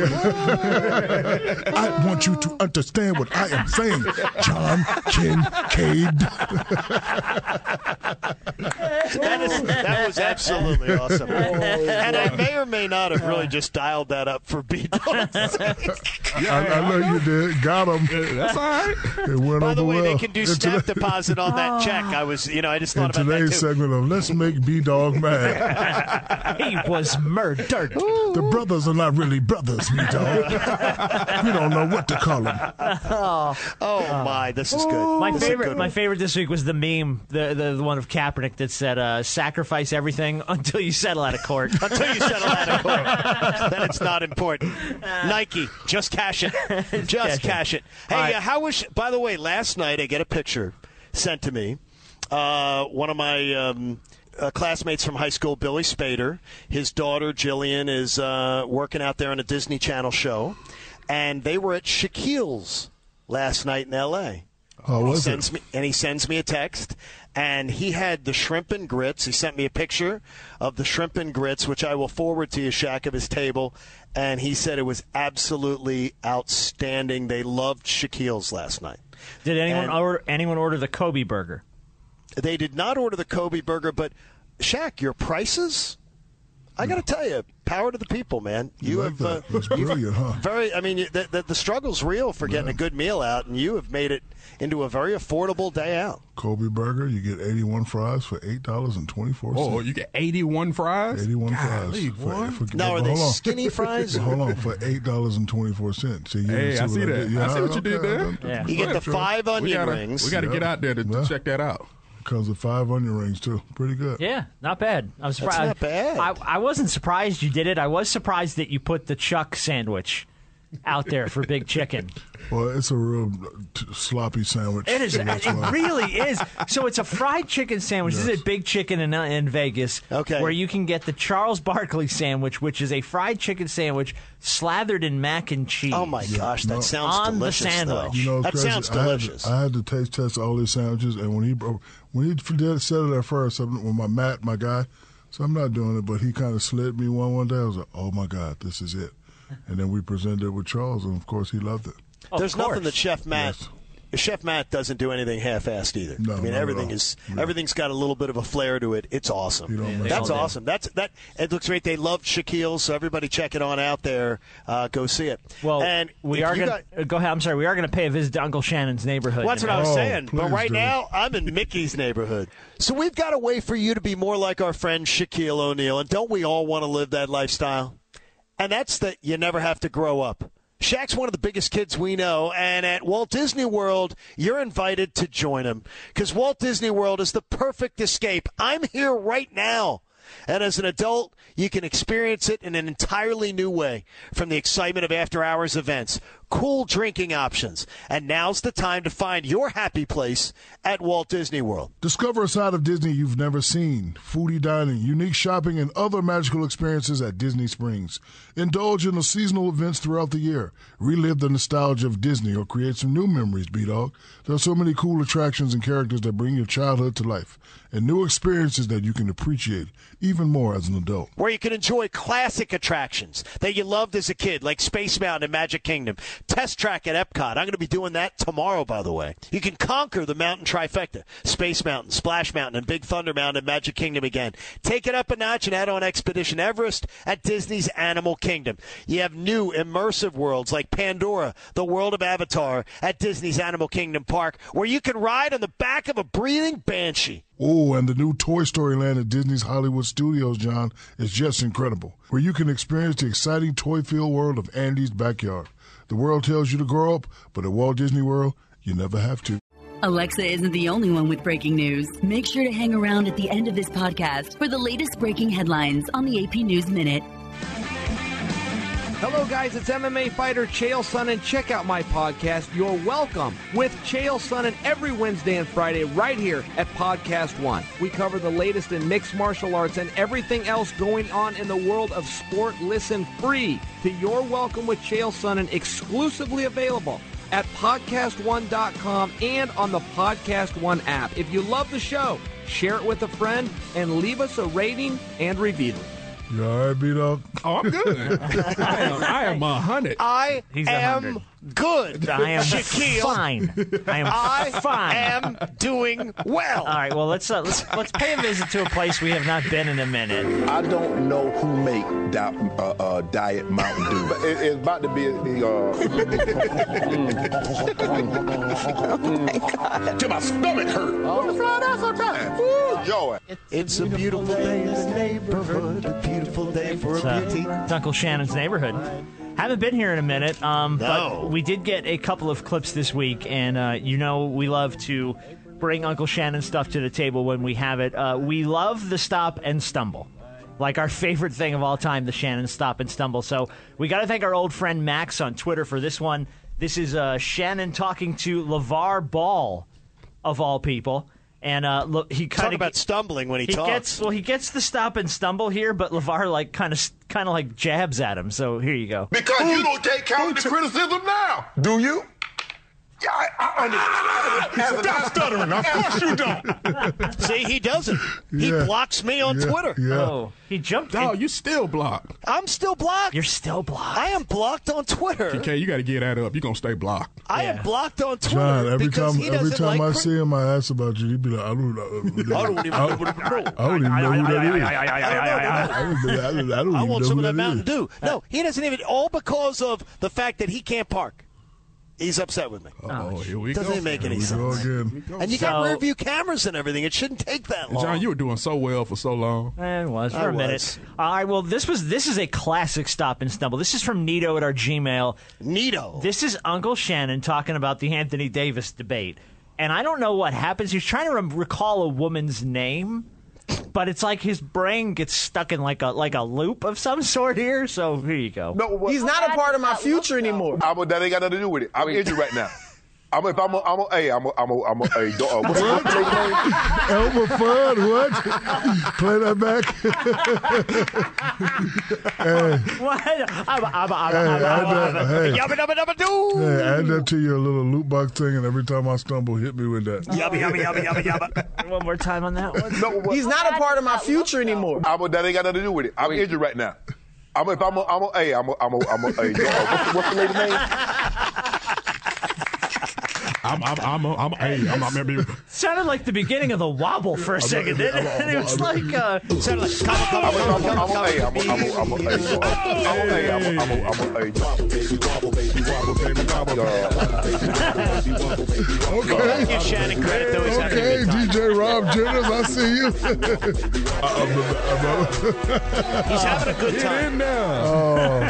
hey. I want you to understand what I am saying, John Kincaid. That, is, that was absolutely awesome. and I may or may not have really just dialed that up for B. I, I know you did. Got him. That's all right. It went By over the way, well. they can do In snap today- deposit on that check. I was, you know, I just In thought about that too. today's segment of Let's Make B Dog Mad, he was murdered. the brothers are not really brothers, B Dog. we don't know what to call them. oh my, this is good. My This is a good favorite, my one. favorite this week was the meme, the the, the one of Kaepernick that said, uh, "Sacrifice everything until you settle out of court." Until you settle out of court, then it's not important. Nike, just cash it. Just cash it. Hey, All right. uh, how was? By the way, last night I get a picture sent to me. Uh, one of my um, uh, classmates from high school, Billy Spader, his daughter Jillian is uh, working out there on a Disney Channel show, and they were at Shaquille's last night in L.A. Oh, was it? sends me and he sends me a text and he had the shrimp and grits. He sent me a picture of the shrimp and grits, which I will forward to you, Shaq, of his table. And he said it was absolutely outstanding. They loved Shaquille's last night. Did anyone And- order anyone order the Kobe burger? They did not order the Kobe burger, but Shaq, your prices? I got to tell you, power to the people, man. You, like have uh, that. That's you've- brilliant, huh? Very. I mean, you- the, the, the struggle's real for getting a good meal out, and you have made it into a very affordable day out. Kobe Burger, you get 81 fries for $8.24. Oh, you get 81 fries? 81 fries. Golly, boy. For, for, Now, are hold they on. skinny fries? Hold on, for eight dollars and twenty four cents. So you Hey, didn't I see what that. did. I see what you did there. okay. Yeah. You get the Sure. five we onion gotta, rings. We got to get Yeah. out there to, to Yeah. check that out. Comes with five onion rings too. Pretty good. Yeah, not bad. I'm surprised. not bad. I, I wasn't surprised you did it. I was surprised that you put the Chuck sandwich out there for Big Chicken. Well, it's a real t- sloppy sandwich. It is. So that's why- It really is. So it's a fried chicken sandwich. This is Yes. at Big Chicken in, uh, in Vegas. Okay. Where you can get the Charles Barkley sandwich, which is a fried chicken sandwich slathered in mac and cheese. Oh my gosh, that no. sounds On the delicious. sandwich. Though. You know, it's that crazy. sounds I had to- delicious. I had, to taste test all these sandwiches, and when he bro- when he f- did, said it at first, I'm, with my Matt, my guy, so I'm not doing it. But he kind of slid me one one day. I was like, oh my god, this is it. And then we presented it with Charles, and of course he loved it. Of There's course. nothing that Chef Matt. Chef Matt doesn't do anything half-assed either. No, I mean, not at everything all. is No. everything's got a little bit of a flair to it. It's awesome. You don't Yeah, mess That's all do. awesome. That's that. It looks great. They love Shaquille, so everybody check it on out there. Uh, go see it. Well, and we if are you going got- to go ahead. I'm sorry. We are going to pay a visit to Uncle Shannon's neighborhood. Well, that's you what I was Oh, saying. But please right do. now, I'm in Mickey's neighborhood. So we've got a way for you to be more like our friend Shaquille O'Neal. And don't we all want to live that lifestyle? And that's that you never have to grow up. Shaq's one of the biggest kids we know, and at Walt Disney World, you're invited to join him because Walt Disney World is the perfect escape. I'm here right now. And as an adult, you can experience it in an entirely new way from the excitement of after hours events, cool drinking options, and now's the time to find your happy place at Walt Disney World. Discover a side of Disney you've never seen. Foodie dining, unique shopping, and other magical experiences at Disney Springs. Indulge in the seasonal events throughout the year. Relive the nostalgia of Disney or create some new memories, B-Dog. There are so many cool attractions and characters that bring your childhood to life and new experiences that you can appreciate even more as an adult. where you can enjoy classic attractions that you loved as a kid, like Space Mountain and Magic Kingdom. Test track at Epcot. I'm going to be doing that tomorrow, by the way. You can conquer the mountain trifecta Space Mountain, Splash Mountain, and Big Thunder Mountain and Magic Kingdom again. Take it up a notch and add on Expedition Everest at Disney's Animal Kingdom. You have new immersive worlds like Pandora, the world of Avatar at Disney's Animal Kingdom Park, where you can ride on the back of a breathing banshee. Oh, and the new Toy Story Land at Disney's Hollywood Studios, John, is just incredible. Where you can experience the exciting toy filled world of Andy's backyard. The world tells you to grow up, but at Walt Disney World, you never have to. Alexa isn't the only one with breaking news. Make sure to hang around at the end of this podcast for the latest breaking headlines on the AP News Minute. Hello, guys. It's MMA fighter Chael Sonnen. Check out my podcast, You're Welcome, with Chael Sonnen every Wednesday and Friday right here at Podcast One. We cover the latest in mixed martial arts and everything else going on in the world of sport. Listen free to You're Welcome with Chael Sonnen, exclusively available at podcastone.com and on the Podcast One app. If you love the show, share it with a friend and leave us a rating and review. You all right, B-Dog? Oh, I'm good. I am, I am a hundred. I He's a am good. I am Shaquille. fine. I am I fine. am doing well. All right. Well, let's uh, let's let's pay a visit to a place we have not been in a minute. I don't know who make di- uh, uh, Diet Mountain Dew. But it, it's about to be a, uh, till my stomach hurt. What was right out sometimes? uh, Oh. Woo, joy. It's a beautiful day in the neighborhood. A beautiful day for a It's, uh, beauty. it's Uncle Shannon's neighborhood. Haven't been here in a minute, um, No. but we did get a couple of clips this week, and uh, you know we love to bring Uncle Shannon stuff to the table when we have it. Uh, we love the stop and stumble, like our favorite thing of all time, the Shannon stop and stumble. So we got to thank our old friend Max on Twitter for this one. This is uh, Shannon talking to LeVar Ball, of all people, and uh, look, he Talk kind of about stumbling when he, he talks. gets well. He gets the stop and stumble here, but Levar like kind of kind of like jabs at him. So here you go. Because you don't take counter to criticism now. Do you? Yeah, I, I understand. Stop stuttering. Of course you don't. See, he doesn't. He Yeah. blocks me on Yeah, Twitter. Yeah. Oh, he jumped. Oh, in- you still blocked. I'm still blocked. You're still blocked. I am blocked on Twitter. Okay, you got to get that up. You're going to stay blocked. I Yeah. am blocked on Twitter John, every because time he every doesn't time like I cri- see him, I ask about you. He'd be like, I don't, know- I don't, I don't, I don't even know who that is. I don't know- I don't- I don't I even want know some who of that is. Mountain Dew. No, he doesn't even. All because of the fact that he can't park. He's upset with me. Oh, here we Uh, Doesn't go. it make any We go sense? again. And you got So- rear view cameras and everything. It shouldn't take that long. John, you were doing so well for so long. Eh, It was for I a minute. was. All right. Well, this was this is a classic stop and stumble. This is from Nito at our Gmail. Nito. This is Uncle Shannon talking about the Anthony Davis debate, and I don't know what happens. He's trying to rem- recall a woman's name, but it's like his brain gets stuck in like a like a loop of some sort here. So here you go. No, what- He's not a part of my future anymore. I'm a, that ain't got nothing to do with it. I'm injured right now. I'm a, if I'm a, I'm a, hey, I'm a, I'm a, I'm a, hey, don't, uh, what's, what's your name? Elmer Fudd, what? Play that back. What? I'm, I'm, I'm, Hey, add I'm, I'm, that, hey, Yubba dubba dubba doo. hey, add that to your little loot box thing, and every time I stumble, hit me with that. Yubba yubba yubba yubba yubba. One more time on that one. No, what- He's not a part of my future anymore. I'm a, that ain't got nothing to do with it. I'm injured right now. I'm a, if I'm a, I'm a, hey, I'm a, I'm a, I'm a, hey, don't, uh, what's, what's the lady's name? I'm, I'm, I'm, a, I'm, a, hey, I'm, I'm, I'm, Sounded like the beginning of the wobble for a second, didn't it? And it was like, uh, Sounded like comic I'm a, I'm a, comic I'm a, hey, I'm a, I'm a, I'm a, hey, don't, uh, I'm a, hey, I'm a, I'm a, I'm a, hey, don't. Give Okay. Shannon credit though. He's having a Okay, good time. DJ Rob Jennings, I see you. Uh, uh, uh, uh, He's having a good Get time. Oh. in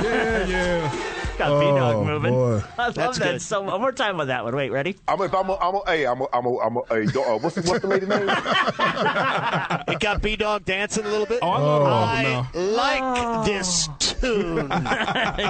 there. Yeah, yeah. got V Dog Oh, moving. boy. I love That's that good. so One more time on that one. Wait, ready? I'm a, if I'm a, I'm a, hey, I'm a, I'm a, I'm a, hey, do- uh, what's, the- what's the lady name? It got B Dog dancing a little bit. Oh, I love I like this tune.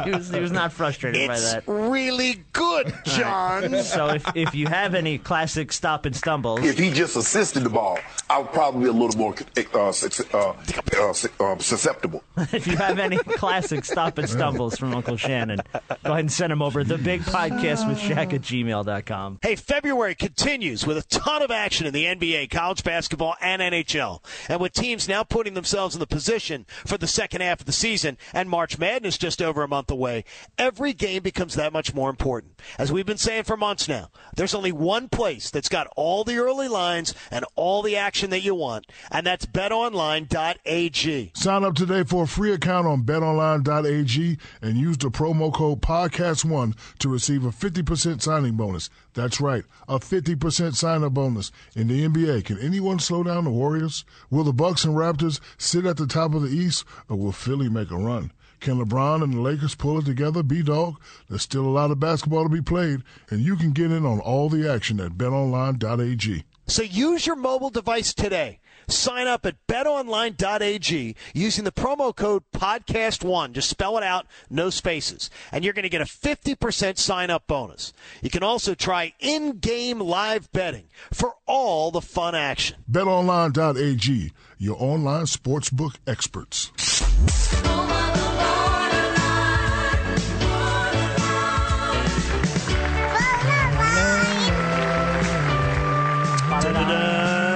he, was, he was not frustrated by It's that. really good, John. So if, if you have any classic stop and stumbles, If he just assisted the ball, I would probably be a little more uh, sus- uh, uh, sus- um, susceptible. if you have any classic stop and stumbles from Uncle Shannon, go ahead and send them over. The big podcast with Shaq at gmail.com. Hey, February continues with a ton of action in the NBA, college basketball, and NHL. And with teams now putting themselves in the position for the second half of the season and March Madness just over a month away, every game becomes that much more important. As we've been saying for months now, there's only one place that's got all the early lines and all the action that you want, and that's betonline.ag. Sign up today for a free account on betonline.ag and use the promo code podcast1 to receive a 50% signing bonus. That's right, a 50% sign-up bonus. In the NBA, can anyone slow down the Warriors? Will the Bucks and Raptors sit at the top of the East or will Philly make a run? Can LeBron and the Lakers pull it together, B-Dog? There's still a lot of basketball to be played, and you can get in on all the action at betonline.ag. So use your mobile device today. Sign up at betonline.ag using the promo code podcast1. Just spell it out, no spaces. And you're going to get a 50% sign up bonus. You can also try in game live betting for all the fun action. BetOnline.ag, your online sportsbook experts.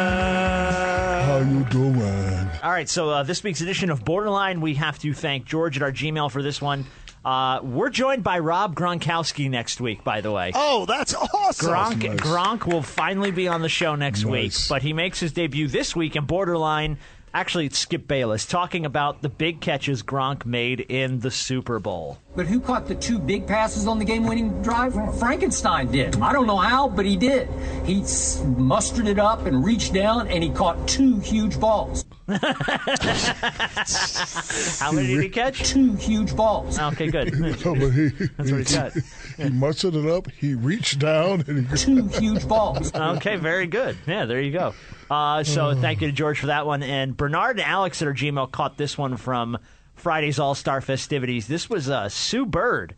How you doing? All right, so uh, this week's edition of Borderline, we have to thank George at our Gmail for this one. Uh, we're joined by Rob Gronkowski next week, by the way. Oh, that's awesome. Gronk, Gronk will finally be on the show next week, but he makes his debut this week in Borderline. Actually, it's Skip Bayless talking about the big catches Gronk made in the Super Bowl. But who caught the two big passes on the game winning drive? Frankenstein did. I don't know how, but he did. He s- mustered it up and reached down and he caught two huge balls. How many did he catch? Two huge balls. Okay, good. No, but he, what he got. he mustered it up. He reached down and he two huge balls. okay, very good. Yeah, there you go. Uh, so thank you to George for that one. And Bernard and Alex at our Gmail caught this one from Friday's All Star festivities. This was uh, Sue Bird,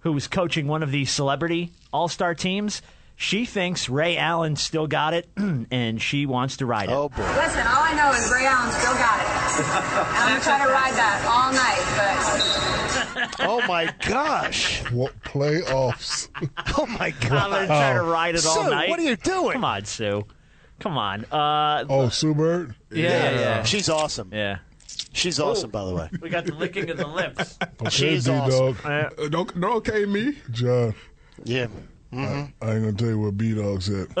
who was coaching one of these celebrity All Star teams. She thinks Ray Allen still got it, and she wants to ride it. Oh boy! Listen, all I know is Ray Allen still got it. And I'm going to try to ride that all night, but. Oh my gosh! What playoffs? Oh my I'm gonna try to ride it all Sue, night. what are you doing? Come on, Sue. Come on. Uh, oh, Sue Bird. Yeah, yeah, yeah. She's awesome. Yeah. She's awesome, by the way. we got the licking of the lips. Okay, She's B-Dog. Uh, awesome. Don't, don't okay me, John. Yeah. I, I ain't gonna tell you what B Dog said. B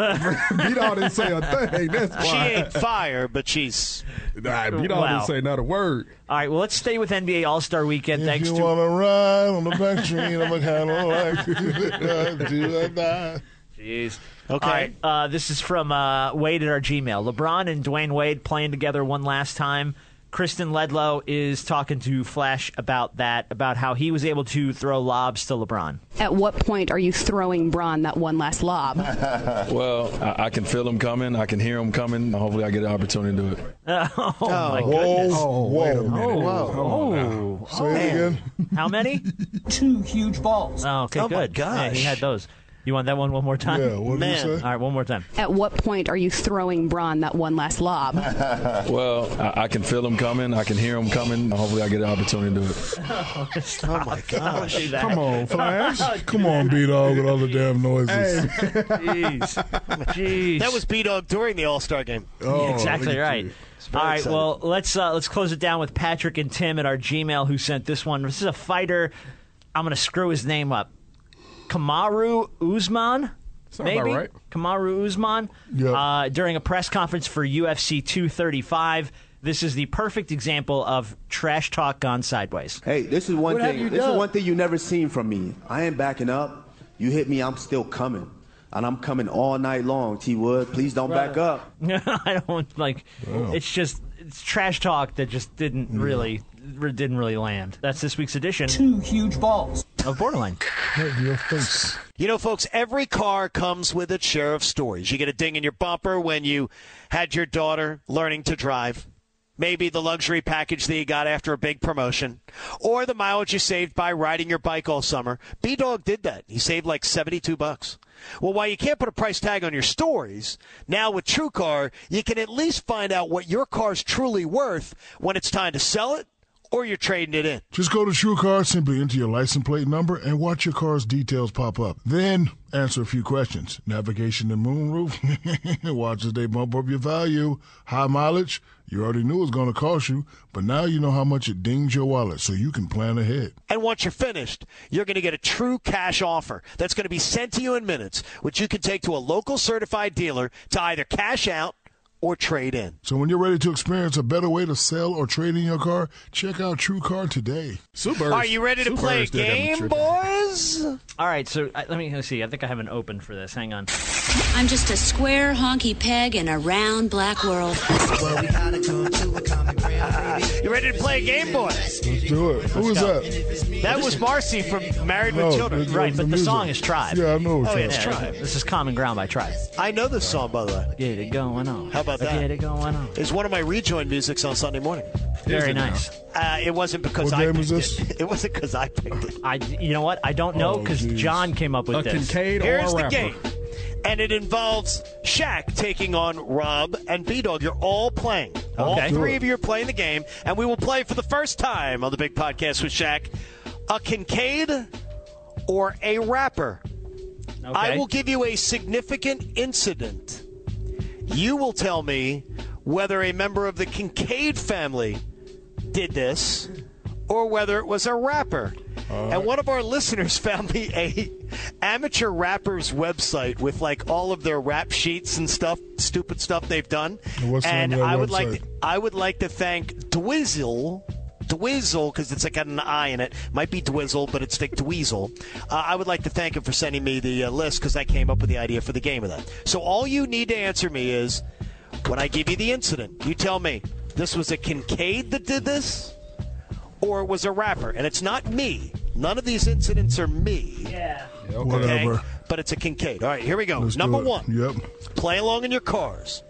Dog didn't say a thing, that's She why. ain't fire, but she's. Nah, B-Dog didn't Wow. say not a word. All right, well, let's stay with NBA All Star Weekend. If Thanks you to wanna ride on the back street of a Cadillac, do that, die. Jeez. Okay. All right, uh, this is from uh, Wade at our Gmail. LeBron and Dwayne Wade playing together one last time. Kristen Ledlow is talking to Flash about that, about how he was able to throw lobs to LeBron. At what point are you throwing Braun that one last lob? well, I, I can feel them coming. I can hear them coming. Hopefully, I get an opportunity to do it. oh, my whoa, goodness. whoa, wait a minute. Oh, Whoa. Come on oh, now. Say it man. How many? Two huge balls. Oh, okay, Oh, good. my Yeah, he gosh. had those. You want that one one more time? Yeah, what did you Man. say? All right, one more time. At what point are you throwing Braun that one last lob? well, I, I can feel them coming. I can hear them coming. Hopefully, I get an opportunity to do it. Oh, my gosh. do that. Come on, Flash. Come on, B Dog, with all the damn noises. Jeez. Jeez. That was B Dog during the All Star game. Oh, Yeah, exactly right. All right, well, let's uh, let's close it down with Patrick and Tim at our Gmail who sent this one. This is a fighter. I'm going to screw his name up. Kamaru Usman, Sounds about maybe right. Kamaru Usman. Uh, during a press conference for UFC 235, this is the perfect example of trash talk gone sideways. Hey, this is one What have thing. you This done? is one thing you never seen from me. I ain't backing up. You hit me, I'm still coming, and I'm coming all night long. T Wood, please don't back Brother. up. I don't like. It's just it's trash talk that just didn't really re- didn't really land. That's this week's edition. Two huge balls. of Borderline. Your face. You know, folks, every car comes with its share of stories. You get a ding in your bumper when you had your daughter learning to drive. Maybe the luxury package that you got after a big promotion, or the mileage you saved by riding your bike all summer. B Dog did that. He saved like 72 bucks. Well, while you can't put a price tag on your stories, now with TrueCar, you can at least find out what your car's truly worth when it's time to sell it or you're trading it in. Just go to TrueCar, simply enter your license plate number, and watch your car's details pop up. Then answer a few questions: navigation and moonroof. watch as they bump up your value. High mileage. You already knew it was going to cost you, but now you know how much it dings your wallet, so you can plan ahead. And once you're finished, you're going to get a true cash offer that's going to be sent to you in minutes, which you can take to a local certified dealer to either cash out or trade in. So when you're ready to experience a better way to sell or trade in your car, check out TrueCar today. Super. Are you ready to play a game, boys? All right, so I, let me let's see. I think I have an open for this. Hang on. I'm just a square honky peg in a round black world. You ready to play a game, boys? Let's do it. Who is that? That was Marcy from Married No, with Children. the- Right, but the music. song is Tribe. Yeah, I know. Oh, Tribe. yeah, it's Tribe. This is Common Ground by Tribe. I know this song, by the way. Get it going on. How about that? Get it going on. It's one of my rejoin musics on Sunday morning. Very nice. Uh, it wasn't because What I game is picked this? it. It wasn't because I picked it. I, you know what? I don't know Oh, because geez. John came up with A this. Kincaid Here's the game. And it involves Shaq taking on Rob and B Dog. You're all playing. All Okay. three of you are playing the game, and we will play for the first time on the Big Podcast with Shaq a Kincaid or a rapper. I will give you a significant incident. You will tell me whether a member of the Kincaid family did this or whether it was a rapper. Uh-huh. and one of our listeners found me a amateur rappers website with like all of their rap sheets and stuff, stupid stuff they've done. And what's the and name of that I would like website? to, I would like to thank Dwizzle. Dwizzle, because it's like got an I in it. Might be Dwizzle, but it's like Dweezil. Uh, I would like to thank him for sending me the uh, list because I came up with the idea for the game of that. So all you need to answer me is when I give you the incident, you tell me this was a Kincaid that did this or it was a rapper. And it's not me. None of these incidents are me. Yeah. Whatever. But it's a Kincaid. All right, here we go. Let's do Number it. one. Yep. Play along in your cars.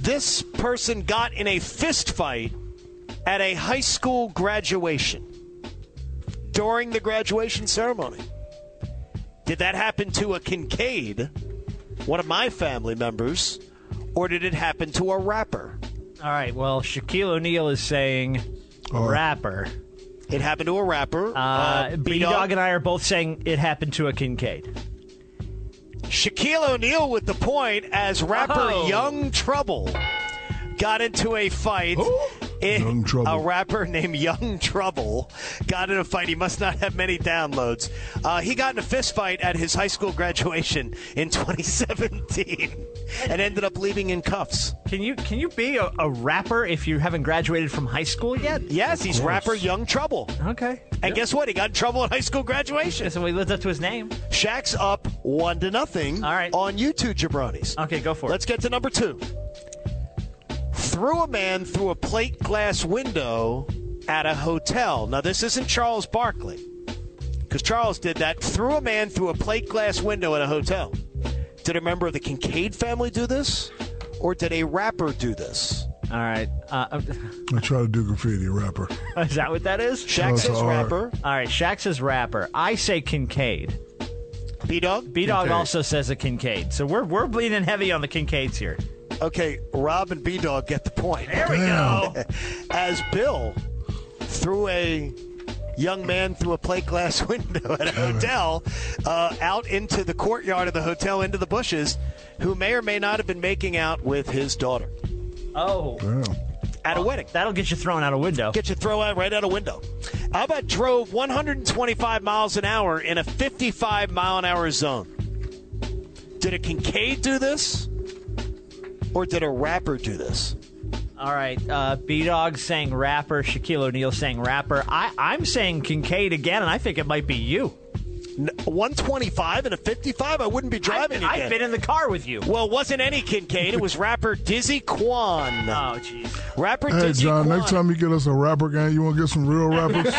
This person got in a fist fight at a high school graduation during the graduation ceremony. Did that happen to a Kincaid, one of my family members, or did it happen to a rapper? All right. Well, Shaquille O'Neal is saying Oh. rapper. It happened to a rapper. Uh, B Dog and I are both saying it happened to a Kincaid. Shaquille O'Neal with the point as rapper Oh. Young Trouble got into a fight. in- Young Trouble. A rapper named Young Trouble got in a fight. He must not have many downloads. Uh, he got in a fist fight at his high school graduation in 2017 and ended up leaving in cuffs. Can you can you be a, a rapper if you haven't graduated from high school yet? Yes, he's rapper Young Trouble. Okay. And guess what? He got in trouble at high school graduation. So he lived up to his name. Shaq's up one to nothing. All right. On you two jabronis. Okay, go for it. Let's get to number two. Threw a man through a plate glass window at a hotel. Now this isn't Charles Barkley, because Charles did that. Threw a man through a plate glass window at a hotel. Did a member of the Kincaid family do this, or did a rapper do this? All right. Uh, I try to do graffiti rapper. is that what that is? Shaq says Those are- rapper. All right. Shaq says rapper. I say Kincaid. B Dog. B Dog Kincaid. also says a Kincaid. So we're we're bleeding heavy on the Kincaids here. Okay, Rob and B Dog get the point. There we go. As Bill threw a young man through a plate glass window at a hotel uh, out into the courtyard of the hotel, into the bushes, who may or may not have been making out with his daughter Oh. at a wedding. That'll get you thrown out a window. Get you thrown out right out a window. How about drove 125 miles an hour in a 55 mile an hour zone? Did a Kincaid do this, or did a rapper do this? All right, uh, B Dog saying rapper, Shaquille O'Neal saying rapper. I, I'm saying Kincaid again, and I think it might be you. N- 125 and a 55, I wouldn't be driving I've again. been in the car with you. Well, it wasn't any Kincaid. It was rapper Dizzy Kwan. Oh, jeez. Rapper Hey, Dizzy John, Kwan. next time you get us a rapper gang, you want to get some real rappers? These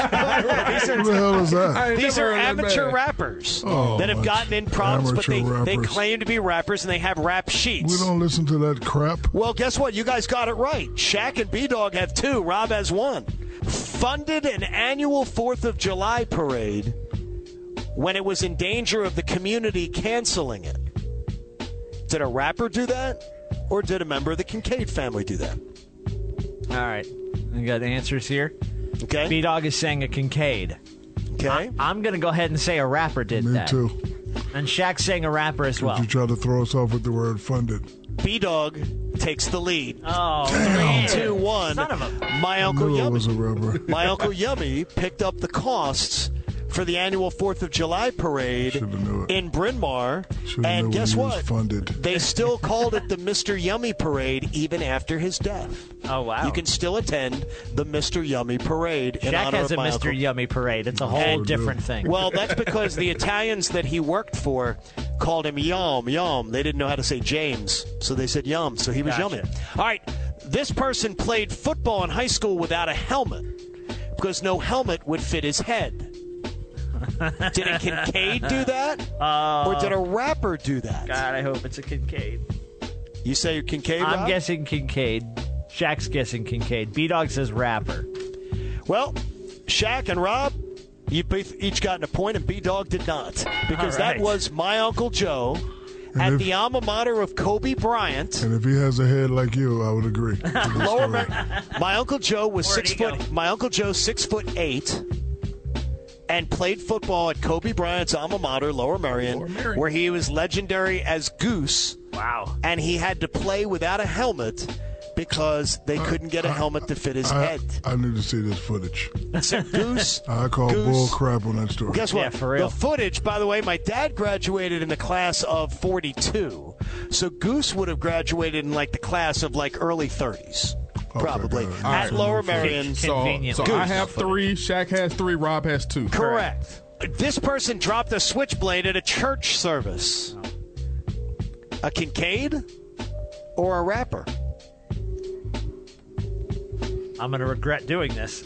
Who the hell is that? I ain't These never are heard that amateur band. rappers Oh, that have gotten in problems, but they, amateur they rappers. claim to be rappers and they have rap sheets. we don't listen to that crap. Well, guess what? You guys got it right. Shaq and B Dog have two. Rob has one. Funded an annual Fourth of July parade when it was in danger of the community canceling it. Did a rapper do that, or did a member of the Kincaid family do that? All right. We got answers here. Okay. B Dog is saying a Kincaid. Okay. I- am going to go ahead and say a rapper did Me that. too. And Shaq's saying a rapper as well. You try to throw us off with the word funded. B Dog takes the lead. Oh, three, two, one. Son of a- My I uncle knew it Oh, Yummy. was a rapper. My Uncle Yummy picked up the costs for the annual Fourth of July parade in Bryn Mawr. Should've knew and when guess he was what? funded. They still called it the Mr. Yummy Parade even after his death. Oh, wow. You can still attend the Mr. Yummy Parade. in Shaq honor has a of my Mr. Uncle. Yummy parade. It's a whole And- different thing. Well, that's because the Italians that he worked for called him Yum, Yum. They didn't know how to say James, so they said Yum, so he was Gotcha. Yummy. All right, this person played football in high school without a helmet because no helmet would fit his head. did a Kincaid do that? or did a rapper do that? Uh, God, I hope it's a Kincaid. You say you're Kincaid? I'm Rob? guessing Kincaid. Shaq's guessing Kincaid. B Dog says rapper. Well, Shaq and Rob, you both each gotten a point, and B Dog did not. Because All that right. was my Uncle Joe at if- the alma mater of Kobe Bryant. And if he has a head like you, I would agree. Lower Mer- my Uncle Joe was six foot my Uncle Joe six foot eight and played football at Kobe Bryant's alma mater, Lower Merion, where he was legendary as Goose. Wow. And he had to play without a helmet because they Uh, couldn't get a helmet to fit his I, head. I need to see this footage. So Goose I call Goose- bull crap on that story. Guess what? The footage, by the way, my dad graduated in the class of 42. So Goose would have graduated in like the class of like early 30s. Probably. good. At All right. Lower Marion. So, so I have three, Shaq has three, Rob has two. Correct. This person dropped a switchblade at a church service. A Kincaid or a rapper? I'm going to regret doing this.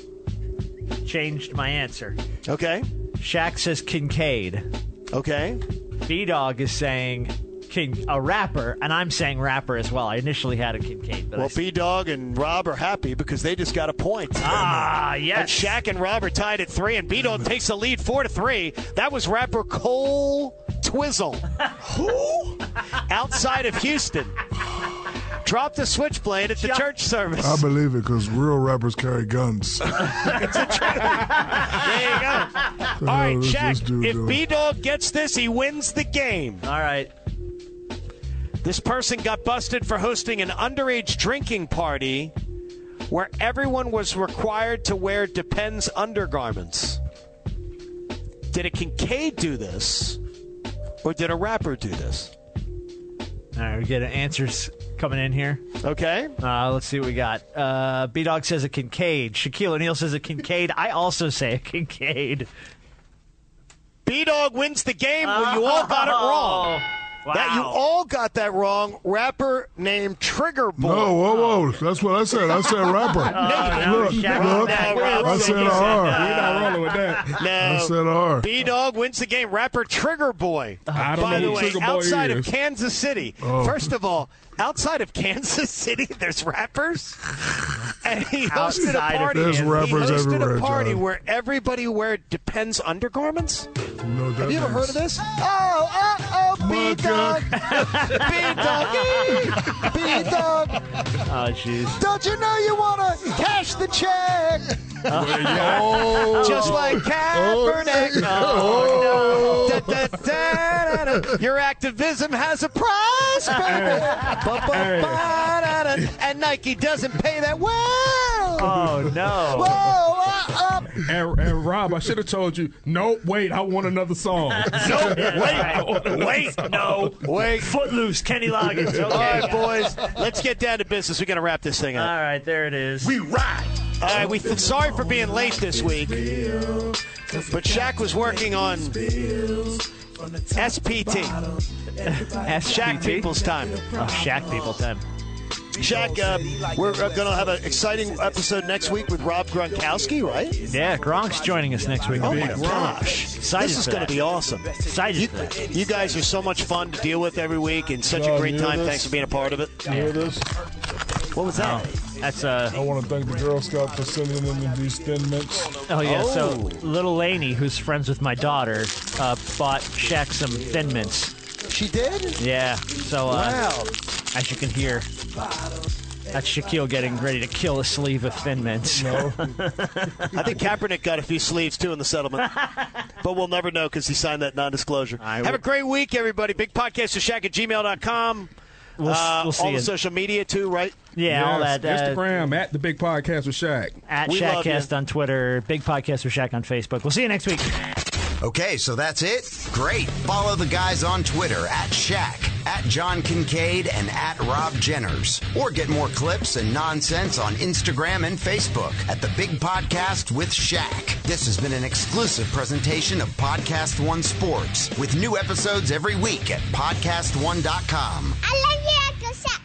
Changed my answer. Okay. Shaq says Kincaid. Okay. B Dog is saying King, a rapper, and I'm saying rapper as well. I initially had a Kincaid, but I Well, B Dog and Rob are happy because they just got a point. Ah, yes. And Shaq and Rob are tied at three, and B Dog takes the lead four to three. That was rapper Cole Twizzle. Who? Outside of Houston. Dropped a switchblade at the church service. I believe it because real rappers carry guns. There you go. All hell right, is this Shaq. dude If doing? B Dog gets this, he wins the game. All right. This person got busted for hosting an underage drinking party where everyone was required to wear Depends undergarments. Did a Kincaid do this, or did a rapper do this? All right, we get answers coming in here. Okay. Uh, let's see what we got. Uh, B Dog says a Kincaid. Shaquille O'Neal says a Kincaid. I also say a Kincaid. B Dog wins the game. Well, you all got it Oh, wrong. Wow. That you all got that wrong. Rapper named Trigger Boy. No, whoa, Oh, whoa. That's what I said. I said rapper. No, look, Shaq, look. no, Rob I said said he said R. no. We're not rolling with that. No. I said R. B Dog wins the game. Rapper Trigger Boy. Oh, I don't By know the who way, Trigger Boy outside is. of Kansas City. Oh. First of all, outside of Kansas City, there's rappers. And he hosted Outside a of Kansas. party. There's he rappers hosted everywhere, a party John. where everybody wear Depends undergarments. No, Have you ever heard of this? Oh, oh, oh, B Dog. B Dog. B Dog. Oh, jeez. Don't you know you want to cash the check? yeah. Oh. Just like Kaepernick. Oh. No. Da, da, da, da, da. Your activism has a price, baby. Ba, ba, ba, da, da. And Nike doesn't pay that well. Uh-huh. Oh, no. Whoa, uh, uh. And, and Rob, I should have told you, no, wait, I want another song. No, wait, wait, no, wait. Footloose, Kenny Loggins. Okay. All right, boys, let's get down to business. We got to wrap this thing All up. right, there it is. We ride. All right, we sorry for being late this week, but Shaq was working on SPT. Shaq People's Time. Oh, Shaq People Time. Shaq, uh, we're going to have an exciting episode next week with Rob Gronkowski, right? Yeah, Gronk's joining us next week. Oh my Big gosh, Excited this is for going that. to be awesome. Excited you, for that. you guys are so much fun to deal with every week, and such Y'all a great hear time. this? Thanks for being a part of it. hear this? What was that? That's uh. I want to thank the Girl Scouts for sending in these thin mints. Oh yeah, so little Laney, who's friends with my daughter, uh, bought Shaq some Thin Mints. She did? Yeah. So uh, Wow. as you can hear, that's Shaquille getting ready to kill a sleeve of Thin Mints. I think Kaepernick got a few sleeves too in the settlement, but we'll never know because he signed that non-disclosure. Have a great week, everybody. Big podcast to Shaq at gmail.com. We'll, uh, we'll see all you. the social media too, right? Yes, uh, Instagram at the Big Podcast with Shaq. uh, At We love you. Shaqcast on Twitter, Big Podcast with Shaq on Facebook. We'll see you next week. Okay, so that's it. Great. Follow the guys on Twitter at Shaq, at John Kincaid, and at Rob Jenners. Or get more clips and nonsense on Instagram and Facebook at The Big Podcast with Shaq. This has been an exclusive presentation of Podcast One Sports with new episodes every week at podcastone.com. I love you, Uncle Shaq.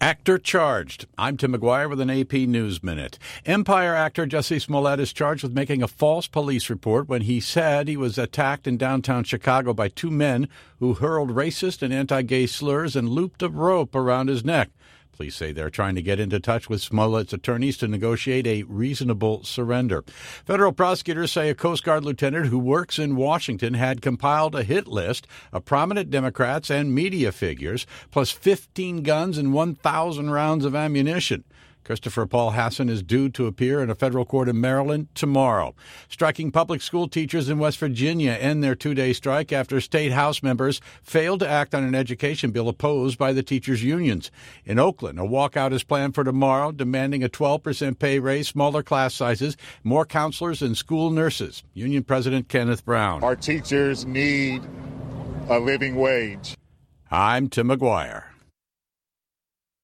Actor charged. I'm Tim McGuire with an AP News Minute. Empire actor Jesse Smollett is charged with making a false police report when he said he was attacked in downtown Chicago by two men who hurled racist and anti gay slurs and looped a rope around his neck. Police say they're trying to get into touch with Smollett's attorneys to negotiate a reasonable surrender. Federal prosecutors say a Coast Guard lieutenant who works in Washington had compiled a hit list of prominent Democrats and media figures, plus 15 guns and 1,000 rounds of ammunition. Christopher Paul Hassan is due to appear in a federal court in Maryland tomorrow. Striking public school teachers in West Virginia end their two day strike after state House members failed to act on an education bill opposed by the teachers' unions. In Oakland, a walkout is planned for tomorrow, demanding a 12% pay raise, smaller class sizes, more counselors, and school nurses. Union President Kenneth Brown. Our teachers need a living wage. I'm Tim McGuire.